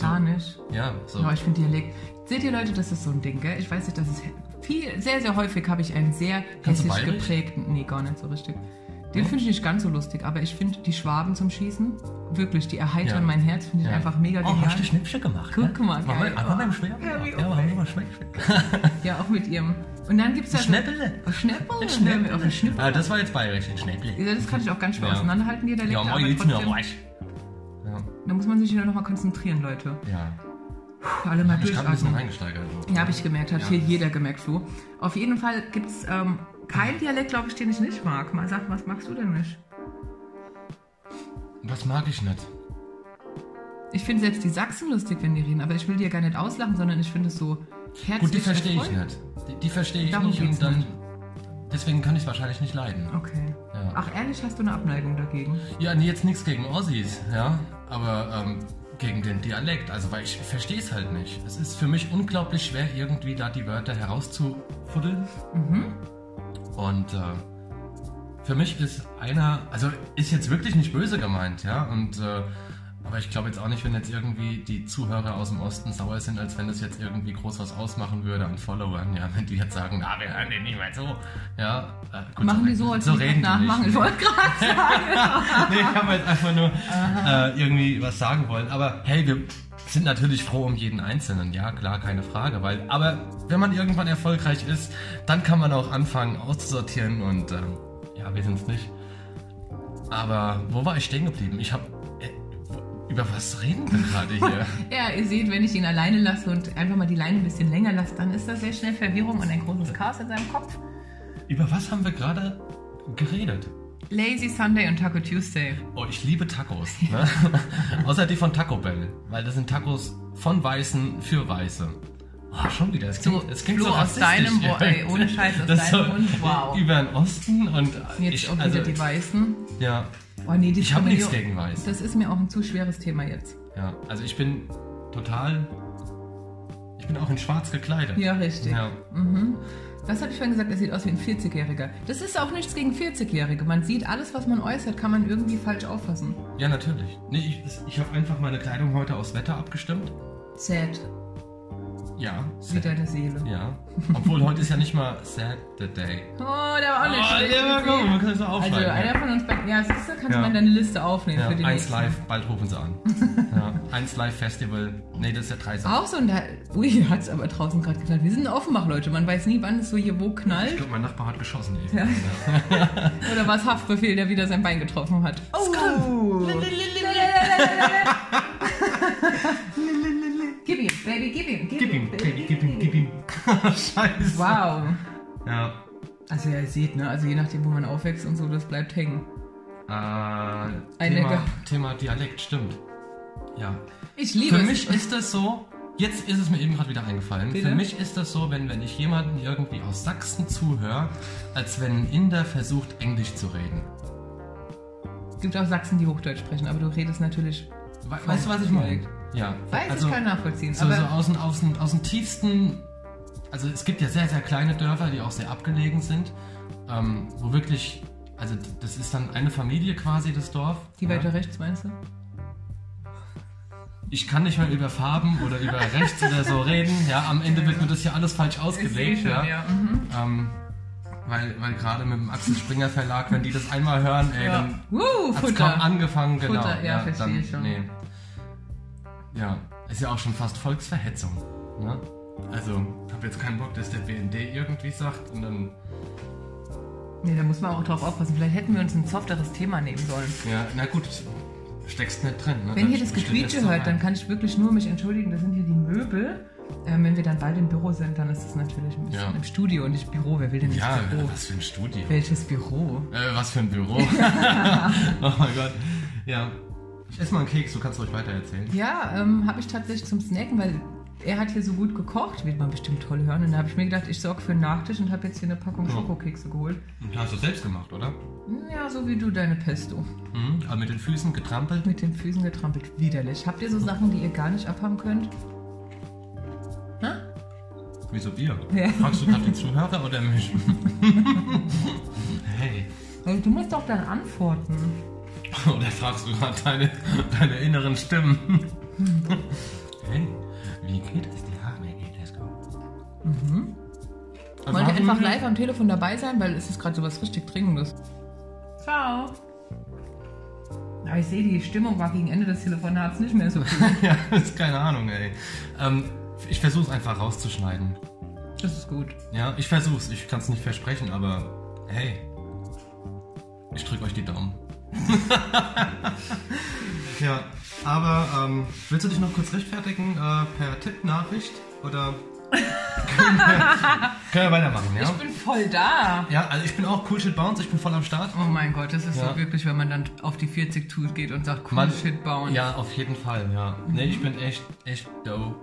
[SPEAKER 1] Gar nicht.
[SPEAKER 2] Ja, so.
[SPEAKER 1] Ja, ich finde Dialekt. Seht ihr Leute, das ist so ein Ding, gell? Ich weiß nicht, das ist viel, sehr, sehr häufig habe ich einen sehr
[SPEAKER 2] Kannst du
[SPEAKER 1] hessisch
[SPEAKER 2] bayerisch?
[SPEAKER 1] geprägten. Nee, gar nicht so richtig. Den finde ich nicht ganz so lustig, aber ich finde die Schwaben zum Schießen, wirklich, die erheitern
[SPEAKER 2] Ja.
[SPEAKER 1] mein Herz, finde ich
[SPEAKER 2] Ja.
[SPEAKER 1] einfach mega genial.
[SPEAKER 2] Oh, Schnäppchen gemacht? ne?
[SPEAKER 1] Guck mal,
[SPEAKER 2] Machen
[SPEAKER 1] geil.
[SPEAKER 2] wir- Einfach beim Schwäben.
[SPEAKER 1] Ja, wie
[SPEAKER 2] machen wir mal Schwäben.
[SPEAKER 1] ja, auch mit ihrem. Und dann gibt es ja. so-
[SPEAKER 2] Schnäppele.
[SPEAKER 1] Oh, Schnäppel.
[SPEAKER 2] Schnäppele.
[SPEAKER 1] Schnäppel. Schnäppel.
[SPEAKER 2] Ah, das war jetzt bayerisch, ein Schnäppele.
[SPEAKER 1] oh, Ja, Das kann ich auch ganz schwer
[SPEAKER 2] Ja.
[SPEAKER 1] auseinanderhalten, die Dialekte.
[SPEAKER 2] Ja,
[SPEAKER 1] aber
[SPEAKER 2] moin, jetzt nur
[SPEAKER 1] trotzdem,
[SPEAKER 2] Arsch. Ja.
[SPEAKER 1] da muss man sich wieder nochmal konzentrieren, Leute.
[SPEAKER 2] Ja.
[SPEAKER 1] Puh, alle mal
[SPEAKER 2] Ich hab ein bisschen
[SPEAKER 1] durchatmen.
[SPEAKER 2] reingesteigert.
[SPEAKER 1] Ja, habe ich gemerkt, hat
[SPEAKER 2] Ja.
[SPEAKER 1] hier jeder gemerkt, Flo. Auf jeden Fall gibt es ähm, keinen Dialekt, glaube ich, den ich nicht mag. Mal sag, was magst du denn nicht?
[SPEAKER 2] Was mag ich nicht?
[SPEAKER 1] Ich finde selbst die Sachsen lustig, wenn die reden, aber ich will die ja gar nicht auslachen, sondern ich finde es so herzlich.
[SPEAKER 2] Gut, die verstehe ich
[SPEAKER 1] erfreut.
[SPEAKER 2] nicht. Die, die verstehe ich
[SPEAKER 1] Darum
[SPEAKER 2] nicht und
[SPEAKER 1] geht's
[SPEAKER 2] dann.
[SPEAKER 1] nicht. Oh.
[SPEAKER 2] Deswegen kann ich es wahrscheinlich nicht leiden.
[SPEAKER 1] Okay.
[SPEAKER 2] Ja.
[SPEAKER 1] Ach, ehrlich, hast du eine Abneigung dagegen?
[SPEAKER 2] Ja, nee, jetzt nichts gegen Ossis, ja. Aber ähm, gegen den Dialekt. Also, weil ich verstehe es halt nicht. Es ist für mich unglaublich schwer, irgendwie da die Wörter herauszufuddeln.
[SPEAKER 1] Mhm.
[SPEAKER 2] Und äh, für mich ist einer, also ist jetzt wirklich nicht böse gemeint, ja. Und äh, aber ich glaube jetzt auch nicht, wenn jetzt irgendwie die Zuhörer aus dem Osten sauer sind, als wenn das jetzt irgendwie groß was ausmachen würde an Followern, ja, wenn die jetzt sagen, na, wir hören den nicht mehr so. Ja, äh, gut,
[SPEAKER 1] Machen die so, als
[SPEAKER 2] so
[SPEAKER 1] die
[SPEAKER 2] reden die
[SPEAKER 1] nachmachen.
[SPEAKER 2] nicht. ne?
[SPEAKER 1] Ich wollte gerade
[SPEAKER 2] Nee, ich habe jetzt einfach nur äh, irgendwie was sagen wollen. Aber hey, wir sind natürlich froh um jeden Einzelnen. Ja, klar, keine Frage. Weil, aber wenn man irgendwann erfolgreich ist, dann kann man auch anfangen auszusortieren. Und ähm, ja, wir sind es nicht. Aber wo war ich stehen geblieben? Ich habe... Äh, wo- über was reden wir gerade hier?
[SPEAKER 1] Ja, ihr seht, wenn ich ihn alleine lasse und einfach mal die Leine ein bisschen länger lasse, dann ist da sehr schnell Verwirrung und ein großes Chaos in seinem Kopf.
[SPEAKER 2] über was haben wir gerade geredet?
[SPEAKER 1] Lazy Sunday und Taco Tuesday.
[SPEAKER 2] Oh, ich liebe Tacos. Ne? Außer die von Taco Bell, weil das sind Tacos von Weißen für Weiße. Oh, schon wieder. Es klingt,
[SPEAKER 1] So,
[SPEAKER 2] es klingt
[SPEAKER 1] Flo,
[SPEAKER 2] so
[SPEAKER 1] aus
[SPEAKER 2] rassistisch.
[SPEAKER 1] deinem Mund- ey, ohne Scheiß, aus
[SPEAKER 2] Das ist
[SPEAKER 1] deinem Mund, wow.
[SPEAKER 2] Über den Osten und
[SPEAKER 1] Jetzt
[SPEAKER 2] ich,
[SPEAKER 1] auch wieder
[SPEAKER 2] also,
[SPEAKER 1] die Weißen.
[SPEAKER 2] ja,
[SPEAKER 1] Oh nee, die
[SPEAKER 2] ich habe nichts
[SPEAKER 1] Diskriminierung-
[SPEAKER 2] gegen Weiß.
[SPEAKER 1] Das ist mir auch ein zu schweres Thema jetzt.
[SPEAKER 2] Ja, also ich bin total, ich bin auch in Schwarz gekleidet.
[SPEAKER 1] Ja, richtig.
[SPEAKER 2] Ja.
[SPEAKER 1] Was habe ich vorhin gesagt? Er sieht aus wie ein 40-Jähriger. Das ist auch nichts gegen 40-Jährige. Man sieht, alles, was man äußert, kann man irgendwie falsch auffassen.
[SPEAKER 2] Ja, natürlich. Nee, ich, ich habe einfach meine Kleidung heute aufs Wetter abgestimmt.
[SPEAKER 1] Sad,
[SPEAKER 2] Ja.
[SPEAKER 1] wie deine Seele.
[SPEAKER 2] Ja. Obwohl heute ist ja nicht mal Saturday.
[SPEAKER 1] Oh, der war auch nicht schlecht.
[SPEAKER 2] ja, guck mal, wir können es noch
[SPEAKER 1] Also,
[SPEAKER 2] aufschreiben. ja.
[SPEAKER 1] einer von uns beiden. Ja, siehst du, kannst du
[SPEAKER 2] Ja.
[SPEAKER 1] mal in deine Liste aufnehmen
[SPEAKER 2] Ja,
[SPEAKER 1] für die
[SPEAKER 2] 1
[SPEAKER 1] nächsten.
[SPEAKER 2] Live, bald rufen sie an. ja, 1 Live Festival. Nee, das ist der 30.
[SPEAKER 1] Auch so ein. Da Ui, hat es aber draußen gerade geknallt. Wir sind Offenbach, Leute. Man weiß nie, wann es so hier wo
[SPEAKER 2] Ich
[SPEAKER 1] knallt.
[SPEAKER 2] glaube, mein Nachbar hat geschossen. Ey. Ja.
[SPEAKER 1] Oder war es Haftbefehl, der wieder sein Bein getroffen hat. Oh! Gib ihm, baby, gib ihm,
[SPEAKER 2] Gib ihm, Baby, gib ihm, gib ihm. Scheiße.
[SPEAKER 1] Wow.
[SPEAKER 2] Ja.
[SPEAKER 1] Also ja, ihr seht, ne? Also je nachdem, wo man aufwächst und so, das bleibt hängen.
[SPEAKER 2] Äh,
[SPEAKER 1] Eine
[SPEAKER 2] Thema,
[SPEAKER 1] Ge-
[SPEAKER 2] Thema Dialekt, stimmt. Ja.
[SPEAKER 1] Ich liebe
[SPEAKER 2] Für
[SPEAKER 1] es.
[SPEAKER 2] mich ist das so, jetzt ist es mir eben gerade wieder eingefallen.
[SPEAKER 1] Bitte?
[SPEAKER 2] Für mich ist das so, wenn, wenn ich jemanden irgendwie aus Sachsen zuhöre, als wenn ein Inder versucht, Englisch zu reden.
[SPEAKER 1] Es gibt auch Sachsen, die Hochdeutsch sprechen, aber du redest natürlich.
[SPEAKER 2] We weißt du, was ich meine? Ja.
[SPEAKER 1] Weiß
[SPEAKER 2] also,
[SPEAKER 1] ich kann nachvollziehen.
[SPEAKER 2] So,
[SPEAKER 1] aber
[SPEAKER 2] so aus, dem, aus, dem, aus dem tiefsten, also es gibt ja sehr, sehr kleine Dörfer, die auch sehr abgelegen sind, ähm, wo wirklich, also d- das ist dann eine Familie quasi, das Dorf.
[SPEAKER 1] die weiter
[SPEAKER 2] ja.
[SPEAKER 1] rechts meinst du?
[SPEAKER 2] Ich kann nicht mehr über Farben oder über rechts oder so reden, ja, am Ende wird mir das hier alles falsch
[SPEAKER 1] eh
[SPEAKER 2] ausgelegt, ja.
[SPEAKER 1] Mhm.
[SPEAKER 2] Ähm, weil weil gerade mit dem Axel Springer Verlag, wenn die das einmal hören, ey, dann
[SPEAKER 1] Uh,
[SPEAKER 2] Hat's kaum
[SPEAKER 1] Futter.
[SPEAKER 2] angefangen, genau.
[SPEAKER 1] Futter, ja, verstehe ich schon.
[SPEAKER 2] Nee. Ja, ist ja auch schon fast Volksverhetzung. Ne? Also, habe jetzt keinen Bock, dass der BND irgendwie sagt und dann.
[SPEAKER 1] Nee, da muss man auch drauf aufpassen. Vielleicht hätten wir uns ein softeres Thema nehmen sollen.
[SPEAKER 2] Ja, na gut, steckst nicht drin. Ne?
[SPEAKER 1] Wenn
[SPEAKER 2] Dann
[SPEAKER 1] ihr das
[SPEAKER 2] steht
[SPEAKER 1] Gequietsche
[SPEAKER 2] jetzt so
[SPEAKER 1] hört, dann
[SPEAKER 2] rein.
[SPEAKER 1] kann ich wirklich nur mich entschuldigen. Das sind hier die Möbel. Ähm, wenn wir dann bald im Büro sind, dann ist das natürlich ein bisschen
[SPEAKER 2] Ja.
[SPEAKER 1] im Studio und nicht Büro. Wer will denn nicht
[SPEAKER 2] Ja,
[SPEAKER 1] ins Büro?
[SPEAKER 2] was für ein Studio.
[SPEAKER 1] Welches Büro?
[SPEAKER 2] Äh, was für ein Büro. oh mein Gott. Ja. Ich esse mal einen Keks, du kannst ruhig weiter erzählen.
[SPEAKER 1] Ja, ähm, habe ich tatsächlich zum Snacken, weil er hat hier so gut gekocht, wird man bestimmt toll hören. Und da habe ich mir gedacht, ich sorge für einen Nachtisch und habe jetzt hier eine Packung
[SPEAKER 2] Ja.
[SPEAKER 1] Schokokekse geholt.
[SPEAKER 2] Und hast du selbst gemacht, oder?
[SPEAKER 1] Ja, so wie du deine Pesto.
[SPEAKER 2] Mhm. Aber mit den Füßen getrampelt.
[SPEAKER 1] Mit den Füßen getrampelt. Widerlich. Habt ihr so Sachen, die ihr gar nicht abhaben könnt? Na?
[SPEAKER 2] Wieso Bier?
[SPEAKER 1] Ja.
[SPEAKER 2] Fragst du gerade die Zuhörer oder mich? hey.
[SPEAKER 1] Also, du musst doch dann antworten.
[SPEAKER 2] Oder fragst du gerade deine, deine inneren Stimmen? hey, wie geht es dir? Ah, mir geht es gut. Mhm.
[SPEAKER 1] Wollt ihr einfach live am Telefon dabei sein, weil es ist gerade sowas richtig Dringendes. Ciao. Aber ich sehe, die Stimmung war gegen Ende des Telefonats nicht mehr so gut.
[SPEAKER 2] ja, ist keine Ahnung, ey. Ähm, ich versuch's einfach rauszuschneiden.
[SPEAKER 1] Das ist gut.
[SPEAKER 2] Ja, ich versuch's. Ich kann's nicht versprechen, aber hey. Ich drück euch die Daumen. ja, aber ähm, willst du dich noch kurz rechtfertigen äh, per Tippnachricht oder können wir, können wir weitermachen, ja?
[SPEAKER 1] Ich bin voll da.
[SPEAKER 2] Ja, also ich bin auch Cool Shit Bounce, ich bin voll am Start.
[SPEAKER 1] Oh mein Gott, das ist
[SPEAKER 2] Ja.
[SPEAKER 1] so wirklich, wenn man dann auf die 40 Tour geht und sagt, cool
[SPEAKER 2] Man-
[SPEAKER 1] Shit bauen.
[SPEAKER 2] Ja, auf jeden Fall, ja. Nee, ich bin echt, echt dope.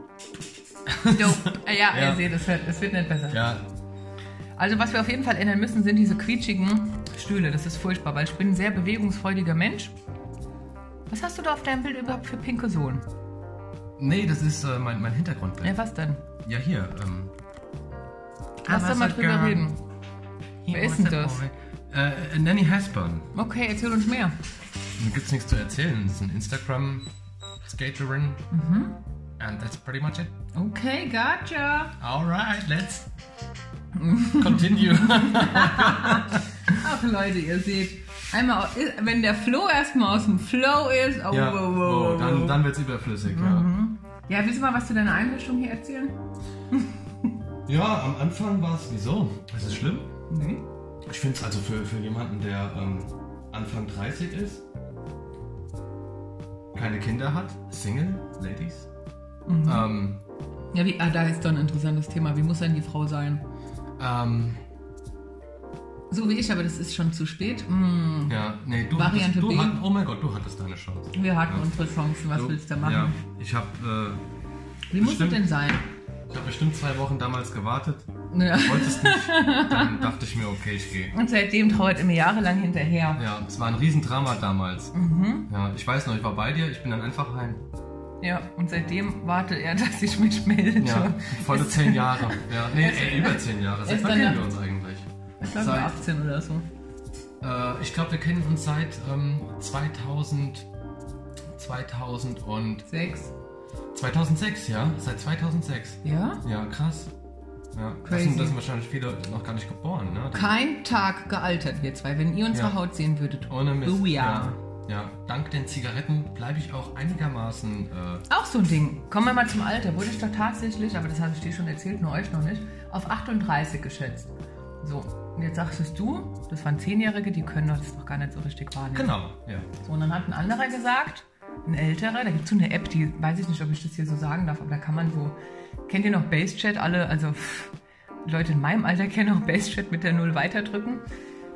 [SPEAKER 1] Dope. Ja, ja,
[SPEAKER 2] Ja.
[SPEAKER 1] ihr seht, es wird, es wird nicht besser.
[SPEAKER 2] Ja,
[SPEAKER 1] Also was wir auf jeden Fall ändern müssen, sind diese quietschigen Stühle. Das ist furchtbar, weil ich bin ein sehr bewegungsfreudiger Mensch. Was hast du da auf deinem Bild überhaupt für pinke Sohlen?
[SPEAKER 2] nee, das ist äh, mein, mein Hintergrundbild.
[SPEAKER 1] Ja, was denn?
[SPEAKER 2] Ja, hier. Ähm,
[SPEAKER 1] Lass doch mal
[SPEAKER 2] was
[SPEAKER 1] drüber
[SPEAKER 2] hat-
[SPEAKER 1] reden. Wer ist denn das?
[SPEAKER 2] Äh, Nanny Hasburn.
[SPEAKER 1] Okay, erzähl uns mehr.
[SPEAKER 2] Da gibt's nichts zu erzählen. Das ist ein Instagram-Skaterin. Mhm. And that's pretty much it.
[SPEAKER 1] Okay, gotcha.
[SPEAKER 2] Alright, let's continue.
[SPEAKER 1] Ach Leute, ihr seht, einmal, au- wenn der Flow erstmal aus dem Flow ist, oh,
[SPEAKER 2] ja,
[SPEAKER 1] wow, wow,
[SPEAKER 2] oh,
[SPEAKER 1] wow.
[SPEAKER 2] dann, dann wird's überflüssig, ja.
[SPEAKER 1] Mhm. Ja, willst du mal was zu deiner Einmischung hier erzählen?
[SPEAKER 2] Ja, am Anfang war es wieso? Ist es schlimm?
[SPEAKER 1] Nee.
[SPEAKER 2] Ich finde es also für, für jemanden, der ähm, Anfang 30 ist, keine Kinder hat, Single, Ladies.
[SPEAKER 1] Mhm.
[SPEAKER 2] Ähm,
[SPEAKER 1] Ja, wie, ah, da ist doch ein interessantes Thema. Wie muss denn die Frau sein?
[SPEAKER 2] ähm,
[SPEAKER 1] So wie ich, aber das ist schon zu spät. Hm,
[SPEAKER 2] ja, nee, du,
[SPEAKER 1] Variante
[SPEAKER 2] hattest, du
[SPEAKER 1] B.
[SPEAKER 2] hat, oh mein Gott, du hattest deine Chance.
[SPEAKER 1] wir hatten
[SPEAKER 2] Ja.
[SPEAKER 1] unsere Chancen, was
[SPEAKER 2] Du-
[SPEAKER 1] willst du da machen?
[SPEAKER 2] Ja, ich habe
[SPEAKER 1] wie muss es
[SPEAKER 2] bestimmt.
[SPEAKER 1] denn sein?
[SPEAKER 2] äh, ich hab bestimmt zwei Wochen damals gewartet,
[SPEAKER 1] Ja.
[SPEAKER 2] wolltest nicht, dann dachte ich mir, okay, ich gehe.
[SPEAKER 1] Und seitdem trauert er mir jahrelang hinterher.
[SPEAKER 2] Ja, es war ein Riesendrama damals.
[SPEAKER 1] Mhm.
[SPEAKER 2] Ja, ich weiß noch, ich war bei dir, ich bin dann einfach heim.
[SPEAKER 1] Ja, und seitdem wartet er, dass ich mich melde.
[SPEAKER 2] Ja, volle
[SPEAKER 1] Ist-
[SPEAKER 2] zehn Jahre. Ja, nee, ey, über zehn Jahre. Seit
[SPEAKER 1] Ist
[SPEAKER 2] wann
[SPEAKER 1] dann
[SPEAKER 2] kennen
[SPEAKER 1] ja-
[SPEAKER 2] wir uns eigentlich?
[SPEAKER 1] Ich glaube,
[SPEAKER 2] Seit-
[SPEAKER 1] 18 oder so.
[SPEAKER 2] Äh, ich glaube, wir kennen uns seit ähm, 2000, 2000 und
[SPEAKER 1] Sechs.
[SPEAKER 2] 2006, ja? Seit 2006.
[SPEAKER 1] Ja?
[SPEAKER 2] Ja, krass. Ja, das
[SPEAKER 1] Crazy.
[SPEAKER 2] sind, das sind wahrscheinlich viele noch gar nicht geboren, ne?
[SPEAKER 1] Kein Tag gealtert, wir zwei. Wenn ihr unsere
[SPEAKER 2] Ja.
[SPEAKER 1] Haut sehen würdet.
[SPEAKER 2] Ohne Mist.
[SPEAKER 1] Oh
[SPEAKER 2] ja.
[SPEAKER 1] ja.
[SPEAKER 2] Ja, dank den Zigaretten bleibe ich auch einigermaßen. Äh,
[SPEAKER 1] Auch so ein Ding. Kommen wir mal zum Alter. Wurde ich doch tatsächlich, aber das habe ich dir schon erzählt, nur euch noch nicht, auf 38 geschätzt. So, und jetzt sagtest du, das waren Zehnjährige, die können das doch gar nicht so richtig wahrnehmen.
[SPEAKER 2] genau, ja.
[SPEAKER 1] So, und dann hat ein anderer gesagt, ein älterer, da gibt es so eine App, die weiß ich nicht, ob ich das hier so sagen darf, aber da kann man so, kennt ihr noch Basechat? Alle, also pff, Leute in meinem Alter kennen auch Basechat mit der Null weiterdrücken.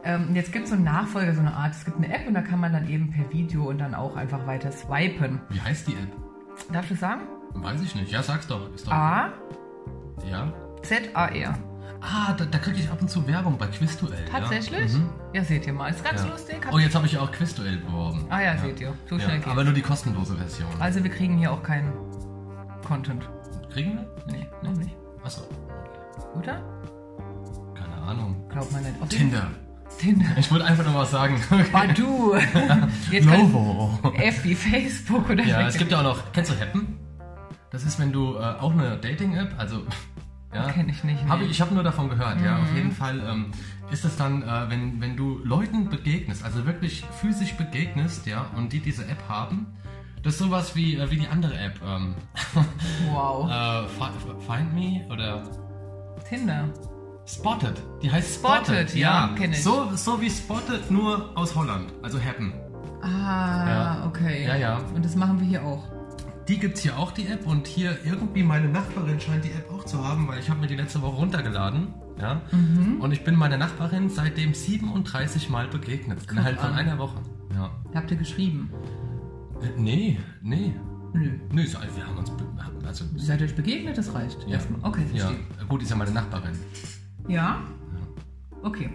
[SPEAKER 1] Ähm, und jetzt gibt es so einen Nachfolger, so eine Art, es gibt eine App und da kann man dann eben per Video und dann auch einfach weiter swipen.
[SPEAKER 2] Wie heißt die App?
[SPEAKER 1] Darf ich das sagen?
[SPEAKER 2] Weiß ich nicht. Ja, sag's doch. Ist doch
[SPEAKER 1] A,
[SPEAKER 2] Ja.
[SPEAKER 1] Z, A, R.
[SPEAKER 2] Ah, da, da kriege ich ab und zu Werbung bei Quizduell.
[SPEAKER 1] Tatsächlich?
[SPEAKER 2] Ja,
[SPEAKER 1] Ja,
[SPEAKER 2] mhm.
[SPEAKER 1] seht ihr mal. Ist ganz
[SPEAKER 2] ja.
[SPEAKER 1] lustig. Hab
[SPEAKER 2] Oh,
[SPEAKER 1] ich-
[SPEAKER 2] jetzt habe ich auch Quizduell beworben.
[SPEAKER 1] Ah ja, seht ihr. So
[SPEAKER 2] Ja,
[SPEAKER 1] schnell geht's.
[SPEAKER 2] aber nur die kostenlose Version.
[SPEAKER 1] Also wir kriegen hier auch keinen Content.
[SPEAKER 2] Kriegen wir?
[SPEAKER 1] Nee, noch nicht.
[SPEAKER 2] Achso.
[SPEAKER 1] Oder?
[SPEAKER 2] Keine Ahnung.
[SPEAKER 1] Glaubt man nicht. Auf jeden-
[SPEAKER 2] Tinder.
[SPEAKER 1] Tinder.
[SPEAKER 2] Ich wollte einfach nur was sagen.
[SPEAKER 1] Badu. Jetzt kann
[SPEAKER 2] Novo.
[SPEAKER 1] F wie Facebook oder
[SPEAKER 2] Ja, es gibt ja auch noch. Kennst du Happen? Das ist, wenn du äh, auch eine Dating-App, also. Ja,
[SPEAKER 1] Kenn ich nicht,
[SPEAKER 2] Hab
[SPEAKER 1] nee. Mhm.
[SPEAKER 2] ich ich habe nur davon gehört, ja. Auf jeden Fall ähm, ist es dann, äh, wenn, wenn du Leuten begegnest, also wirklich physisch begegnest, ja, und die diese App haben, das ist sowas wie, äh, wie die andere App. Ähm,
[SPEAKER 1] Wow.
[SPEAKER 2] äh, Fi- Find Me oder
[SPEAKER 1] Tinder.
[SPEAKER 2] Spotted. Die heißt
[SPEAKER 1] Spotted,
[SPEAKER 2] Spotted.
[SPEAKER 1] ja, kenn ich.
[SPEAKER 2] So, so wie Spotted, nur aus Holland. Also Happen.
[SPEAKER 1] Ah,
[SPEAKER 2] Ja.
[SPEAKER 1] okay.
[SPEAKER 2] Ja, ja.
[SPEAKER 1] Und das machen wir hier auch.
[SPEAKER 2] Die gibt's hier auch, die App. Und hier irgendwie meine Nachbarin scheint die App auch zu haben, weil ich habe mir die letzte Woche runtergeladen. Ja?
[SPEAKER 1] Mhm.
[SPEAKER 2] Und ich bin meiner Nachbarin seitdem 37 Mal begegnet. innerhalb von
[SPEAKER 1] an.
[SPEAKER 2] einer Woche. Ja.
[SPEAKER 1] Habt ihr geschrieben?
[SPEAKER 2] Äh, Nee, nee.
[SPEAKER 1] Nö.
[SPEAKER 2] Nee, so, wir haben uns. be- haben- Also,
[SPEAKER 1] Seid euch begegnet, das reicht.
[SPEAKER 2] Ja.
[SPEAKER 1] Erstmal. Okay,
[SPEAKER 2] ja.
[SPEAKER 1] verstehe.
[SPEAKER 2] Gut, ist ja meine Nachbarin.
[SPEAKER 1] Ja. Okay.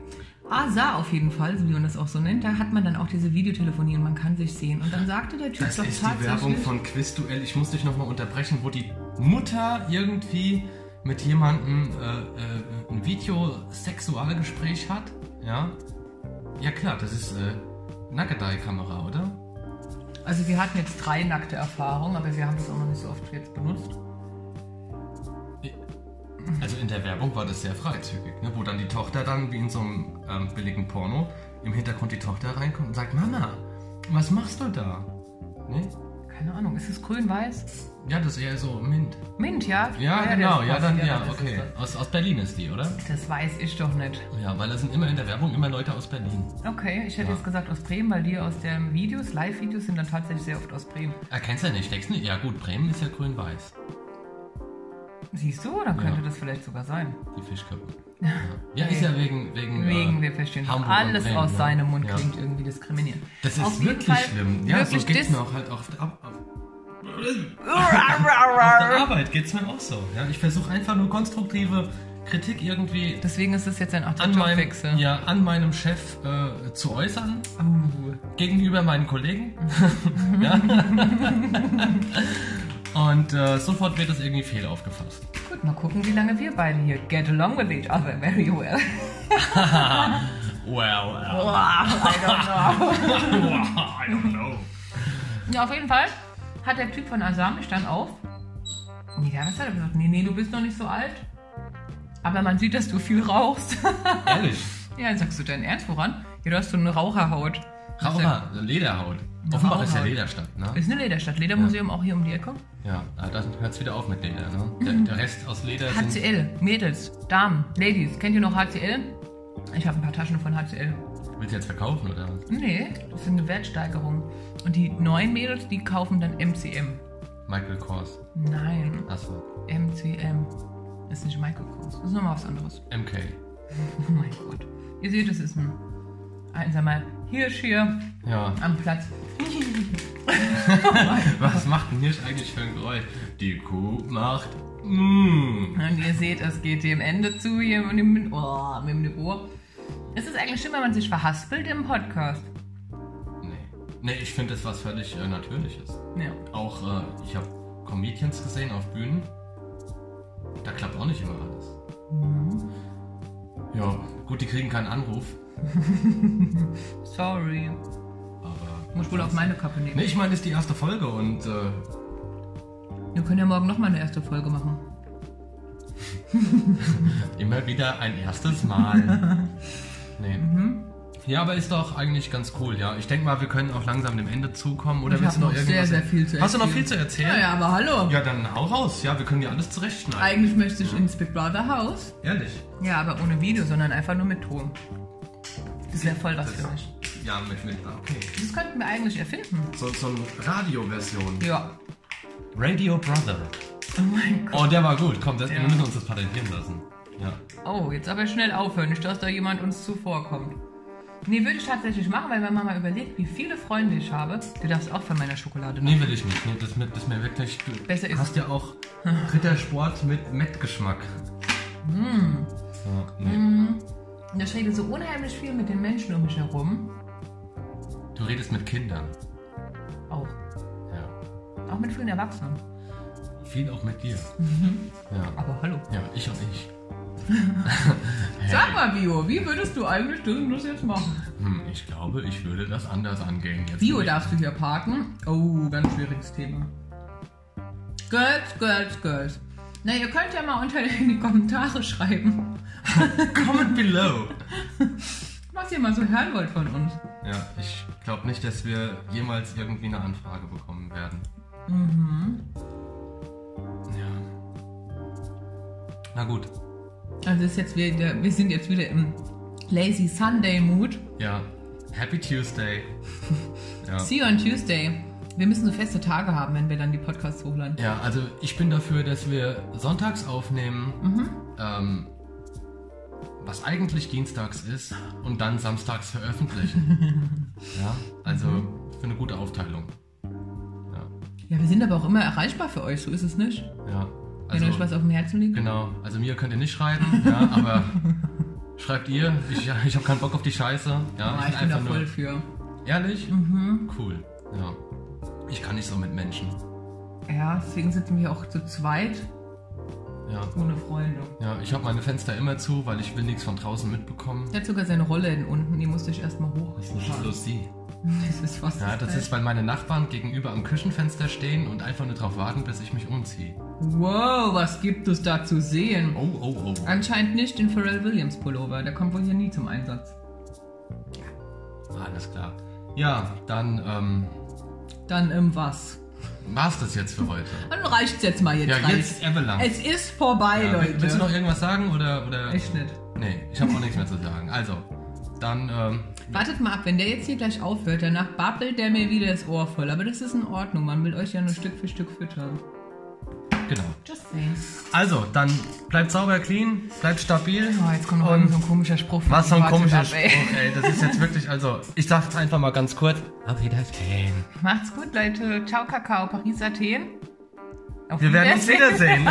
[SPEAKER 1] Asa auf jeden Fall, so wie man das auch so nennt, da hat man dann auch diese Videotelefonie und man kann sich sehen. Und dann sagte der Typ
[SPEAKER 2] Das
[SPEAKER 1] doch
[SPEAKER 2] ist die
[SPEAKER 1] tatsächlich.
[SPEAKER 2] Werbung von Quizduell. Ich muss dich nochmal unterbrechen, wo die Mutter irgendwie mit jemandem äh, äh, ein Videosexualgespräch hat. Ja. Ja klar, das ist äh, Nakadai-Kamera, oder?
[SPEAKER 1] also wir hatten jetzt drei nackte Erfahrungen, aber wir haben das auch noch nicht so oft jetzt benutzt.
[SPEAKER 2] Also in der Werbung war das sehr freizügig, ne? wo dann die Tochter dann wie in so einem ähm, billigen Porno im Hintergrund die Tochter reinkommt und sagt, Mama, was machst du da? Ne?
[SPEAKER 1] Keine Ahnung, ist es grün-weiß?
[SPEAKER 2] Ja, das ist eher so Mint.
[SPEAKER 1] Mint, ja?
[SPEAKER 2] Ja,
[SPEAKER 1] der
[SPEAKER 2] genau,
[SPEAKER 1] ist
[SPEAKER 2] ja,
[SPEAKER 1] krass.
[SPEAKER 2] dann, ja,
[SPEAKER 1] das ist
[SPEAKER 2] okay. Aus, aus Berlin ist die, oder?
[SPEAKER 1] Das. das weiß ich doch nicht.
[SPEAKER 2] Ja, weil da sind immer in der Werbung immer Leute aus Berlin.
[SPEAKER 1] Okay, ich hätte
[SPEAKER 2] Ja.
[SPEAKER 1] jetzt gesagt aus Bremen, weil die aus den Videos, Live-Videos sind dann tatsächlich sehr oft aus Bremen.
[SPEAKER 2] Erkennst Ah, du nicht, denkst du nicht? Ja gut, Bremen ist ja grün-weiß,
[SPEAKER 1] Siehst du, dann könnte
[SPEAKER 2] Ja.
[SPEAKER 1] das vielleicht sogar sein.
[SPEAKER 2] die Fischköpfe. Ja, ja ist ja wegen... Wegen,
[SPEAKER 1] Wegen,
[SPEAKER 2] äh,
[SPEAKER 1] wir verstehen
[SPEAKER 2] Hamburg und
[SPEAKER 1] alles
[SPEAKER 2] Bremen,
[SPEAKER 1] aus
[SPEAKER 2] ne?
[SPEAKER 1] seinem Mund
[SPEAKER 2] Ja.
[SPEAKER 1] klingt irgendwie diskriminierend.
[SPEAKER 2] Das ist
[SPEAKER 1] Auf jeden
[SPEAKER 2] wirklich
[SPEAKER 1] Fall
[SPEAKER 2] schlimm. Ja,
[SPEAKER 1] wirklich
[SPEAKER 2] so geht's
[SPEAKER 1] dis-
[SPEAKER 2] mir auch halt auf, der Ab- auf, auf der Arbeit geht's mir auch so. Ja, ich versuche einfach nur konstruktive Kritik irgendwie
[SPEAKER 1] Deswegen ist es jetzt ein achter
[SPEAKER 2] an meinem,
[SPEAKER 1] Jobwechsel.
[SPEAKER 2] ja, an meinem Chef äh, zu äußern,
[SPEAKER 1] Uh,
[SPEAKER 2] gegenüber meinen Kollegen. ja. Und äh, sofort wird das irgendwie fehl aufgefasst.
[SPEAKER 1] Gut, mal gucken, wie lange wir beide hier get along with each other very well.
[SPEAKER 2] Well, I don't know.
[SPEAKER 1] Ja, auf jeden Fall hat der Typ von Asami stand auf. Nee, ja, was hat er gesagt? Nee, nee, du bist noch nicht so alt. Aber man sieht, dass du viel rauchst.
[SPEAKER 2] Ehrlich.
[SPEAKER 1] ja, dann sagst du dein Ernst, woran? Ja, du hast so eine Raucherhaut.
[SPEAKER 2] Raucher, äh, Lederhaut. Offenbach ist ja
[SPEAKER 1] Raucherhaut.
[SPEAKER 2] Lederstadt, ne?
[SPEAKER 1] Ist eine Lederstadt. Ledermuseum auch hier um die Ecke.
[SPEAKER 2] Ja, ah, dann hört es wieder auf mit Leder, ne? Der, der Rest aus Leder sind...
[SPEAKER 1] HCL, Mädels, Damen, Ladies. Kennt ihr noch HCL? Ich habe ein paar Taschen von HCL.
[SPEAKER 2] Willst du jetzt verkaufen, oder?
[SPEAKER 1] Nee, das ist eine Wertsteigerung. Und die neuen Mädels, die kaufen dann MCM.
[SPEAKER 2] Michael Kors.
[SPEAKER 1] Nein,
[SPEAKER 2] Achso.
[SPEAKER 1] MCM ist nicht Michael Kors. Das ist nochmal was anderes.
[SPEAKER 2] MK.
[SPEAKER 1] Oh mein Gott. Ihr seht, es ist ein einsamer Hirsch hier
[SPEAKER 2] Ja.
[SPEAKER 1] am Platz.
[SPEAKER 2] Was macht ein Hirsch eigentlich für ein Geräusch? Die Kuh macht... Mm.
[SPEAKER 1] Und ihr seht, es geht dem Ende zu hier mit dem, oh, mit dem Ohr. Es ist eigentlich schlimm, wenn man sich verhaspelt im Podcast.
[SPEAKER 2] Nee. Nee, ich finde das was völlig äh, Natürliches.
[SPEAKER 1] Ja.
[SPEAKER 2] Auch, äh, ich habe Comedians gesehen auf Bühnen. Da klappt auch nicht immer alles.
[SPEAKER 1] Mhm.
[SPEAKER 2] Ja, gut, die kriegen keinen Anruf,
[SPEAKER 1] Sorry.
[SPEAKER 2] aber.
[SPEAKER 1] Muss wohl auf meine Kappe nehmen.
[SPEAKER 2] Nee, ich meine, das ist die erste Folge und äh,
[SPEAKER 1] Wir können ja morgen nochmal eine erste Folge machen.
[SPEAKER 2] immer wieder ein erstes Mal. nee.
[SPEAKER 1] Mhm.
[SPEAKER 2] Ja, aber ist doch eigentlich ganz cool, ja. Ich denke mal, wir können auch langsam dem Ende zukommen. Oder
[SPEAKER 1] Ich
[SPEAKER 2] willst du
[SPEAKER 1] hab
[SPEAKER 2] noch
[SPEAKER 1] noch
[SPEAKER 2] irgendwas?
[SPEAKER 1] sehr, sehr viel zu
[SPEAKER 2] Hast du noch
[SPEAKER 1] erzählen.
[SPEAKER 2] viel zu erzählen?
[SPEAKER 1] Ja, ja, aber hallo.
[SPEAKER 2] Ja, dann hau raus. Ja, wir können ja alles zurechtschneiden.
[SPEAKER 1] Eigentlich möchte ich ins Big Brother Haus.
[SPEAKER 2] Ehrlich.
[SPEAKER 1] Ja, aber ohne Video, sondern einfach nur mit Ton. Das wäre voll was
[SPEAKER 2] Das ist
[SPEAKER 1] für mich.
[SPEAKER 2] Ja, mit, mit. Okay.
[SPEAKER 1] Das könnten wir eigentlich erfinden.
[SPEAKER 2] So, so eine Radioversion.
[SPEAKER 1] Ja.
[SPEAKER 2] Radio Brother.
[SPEAKER 1] Oh mein Gott.
[SPEAKER 2] Oh, der war gut. Komm, das,
[SPEAKER 1] Ja.
[SPEAKER 2] wir müssen uns das patentieren lassen. Ja.
[SPEAKER 1] Oh, jetzt aber schnell aufhören, nicht, dass da jemand uns zuvorkommt. Nee, würde ich tatsächlich machen, weil wenn man mal überlegt, wie viele Freunde ich habe, du darfst auch von meiner Schokolade nehmen.
[SPEAKER 2] Nee, will ich nicht. Nee, das, mit, das mir wirklich. Du
[SPEAKER 1] Besser ist-
[SPEAKER 2] hast ja auch Rittersport mit Mettgeschmack.
[SPEAKER 1] Hm.
[SPEAKER 2] Ja, nee.
[SPEAKER 1] Und ich rede so unheimlich viel mit den Menschen um mich herum.
[SPEAKER 2] Du redest mit Kindern.
[SPEAKER 1] Auch.
[SPEAKER 2] Ja.
[SPEAKER 1] Auch mit vielen Erwachsenen.
[SPEAKER 2] Viel auch mit dir.
[SPEAKER 1] Mhm.
[SPEAKER 2] Ja.
[SPEAKER 1] Aber hallo.
[SPEAKER 2] ja, ich und ich.
[SPEAKER 1] Sag mal, Bio, wie würdest du eigentlich das, das jetzt machen?
[SPEAKER 2] Hm, ich glaube, ich würde das anders angehen. Jetzt
[SPEAKER 1] Bio
[SPEAKER 2] bin ich-
[SPEAKER 1] darfst du hier parken. Oh, ganz schwieriges Thema. Girls, Girls, Girls. Na, ihr könnt ja mal unter in die Kommentare schreiben,
[SPEAKER 2] Comment below.
[SPEAKER 1] was ihr mal so hören wollt von uns.
[SPEAKER 2] Ja, ich glaube nicht, dass wir jemals irgendwie eine Anfrage bekommen werden. Mhm. Ja. Na gut.
[SPEAKER 1] Also ist jetzt wieder, wir sind jetzt wieder im Lazy Sunday Mood.
[SPEAKER 2] Ja. Happy Tuesday. Ja.
[SPEAKER 1] See you on Tuesday. Wir müssen so feste Tage haben, wenn wir dann die Podcasts hochladen.
[SPEAKER 2] ja, also ich bin dafür, dass wir sonntags aufnehmen,
[SPEAKER 1] Mhm.
[SPEAKER 2] ähm, was eigentlich dienstags ist, und
[SPEAKER 1] Mhm.
[SPEAKER 2] dann samstags veröffentlichen. ja, also für eine gute Aufteilung.
[SPEAKER 1] Ja, wir sind aber auch immer erreichbar für euch, so ist es nicht.
[SPEAKER 2] Ja.
[SPEAKER 1] Wenn
[SPEAKER 2] Also,
[SPEAKER 1] euch was auf dem Herzen liegt.
[SPEAKER 2] genau. Also mir könnt ihr nicht schreiben, ja, aber schreibt ihr. Ich, ich habe keinen Bock auf die Scheiße. Ja,
[SPEAKER 1] Ah, ich bin da
[SPEAKER 2] einfach
[SPEAKER 1] voll
[SPEAKER 2] nur
[SPEAKER 1] für.
[SPEAKER 2] ehrlich.
[SPEAKER 1] Mhm.
[SPEAKER 2] Cool. Ja. Ich kann nicht so mit Menschen.
[SPEAKER 1] Ja, deswegen sitzen wir auch zu zweit
[SPEAKER 2] Ja.
[SPEAKER 1] ohne Freunde.
[SPEAKER 2] Ja, ich habe meine Fenster immer zu, weil ich will nichts von draußen mitbekommen.
[SPEAKER 1] Der hat sogar seine Rolle in unten, die musste ich erstmal hoch.
[SPEAKER 2] Das ist nicht bloß sie.
[SPEAKER 1] Das ist was.
[SPEAKER 2] Ja, das ist, weil meine Nachbarn gegenüber am Küchenfenster stehen und einfach nur drauf warten, bis ich mich umziehe.
[SPEAKER 1] Wow, was gibt es da zu sehen?
[SPEAKER 2] Oh, oh, oh.
[SPEAKER 1] Anscheinend nicht den Pharrell Williams Pullover, der kommt wohl hier nie zum Einsatz.
[SPEAKER 2] Alles klar. Ja, dann ähm,
[SPEAKER 1] Dann ähm, was?
[SPEAKER 2] war's das jetzt für heute.
[SPEAKER 1] Dann reicht's jetzt mal jetzt.
[SPEAKER 2] Ja,
[SPEAKER 1] reicht's.
[SPEAKER 2] jetzt Everlang.
[SPEAKER 1] Es ist vorbei,
[SPEAKER 2] Ah. Ja,
[SPEAKER 1] Leute.
[SPEAKER 2] willst du noch irgendwas sagen oder oder?
[SPEAKER 1] Echt nicht.
[SPEAKER 2] Nee, ich habe auch nichts mehr zu sagen. Also, dann ähm,
[SPEAKER 1] Wartet mal ab, wenn der jetzt hier gleich aufhört, danach babbelt der mir wieder das Ohr voll. Aber das ist in Ordnung, man will euch ja nur Stück für Stück füttern.
[SPEAKER 2] genau.
[SPEAKER 1] Just saying.
[SPEAKER 2] Also, dann bleibt sauber, clean, bleibt stabil.
[SPEAKER 1] Oh, jetzt kommt noch
[SPEAKER 2] und
[SPEAKER 1] irgend so ein komischer Spruch. von
[SPEAKER 2] was so ein
[SPEAKER 1] Wartet
[SPEAKER 2] komischer
[SPEAKER 1] ab,
[SPEAKER 2] Spruch,
[SPEAKER 1] ey.
[SPEAKER 2] ey. Das ist jetzt wirklich, also, ich sag's einfach mal ganz kurz. Auf Wiedersehen.
[SPEAKER 1] Macht's gut, Leute. Ciao, Kakao. Paris, Athen. Auf
[SPEAKER 2] Wir werden uns wiedersehen.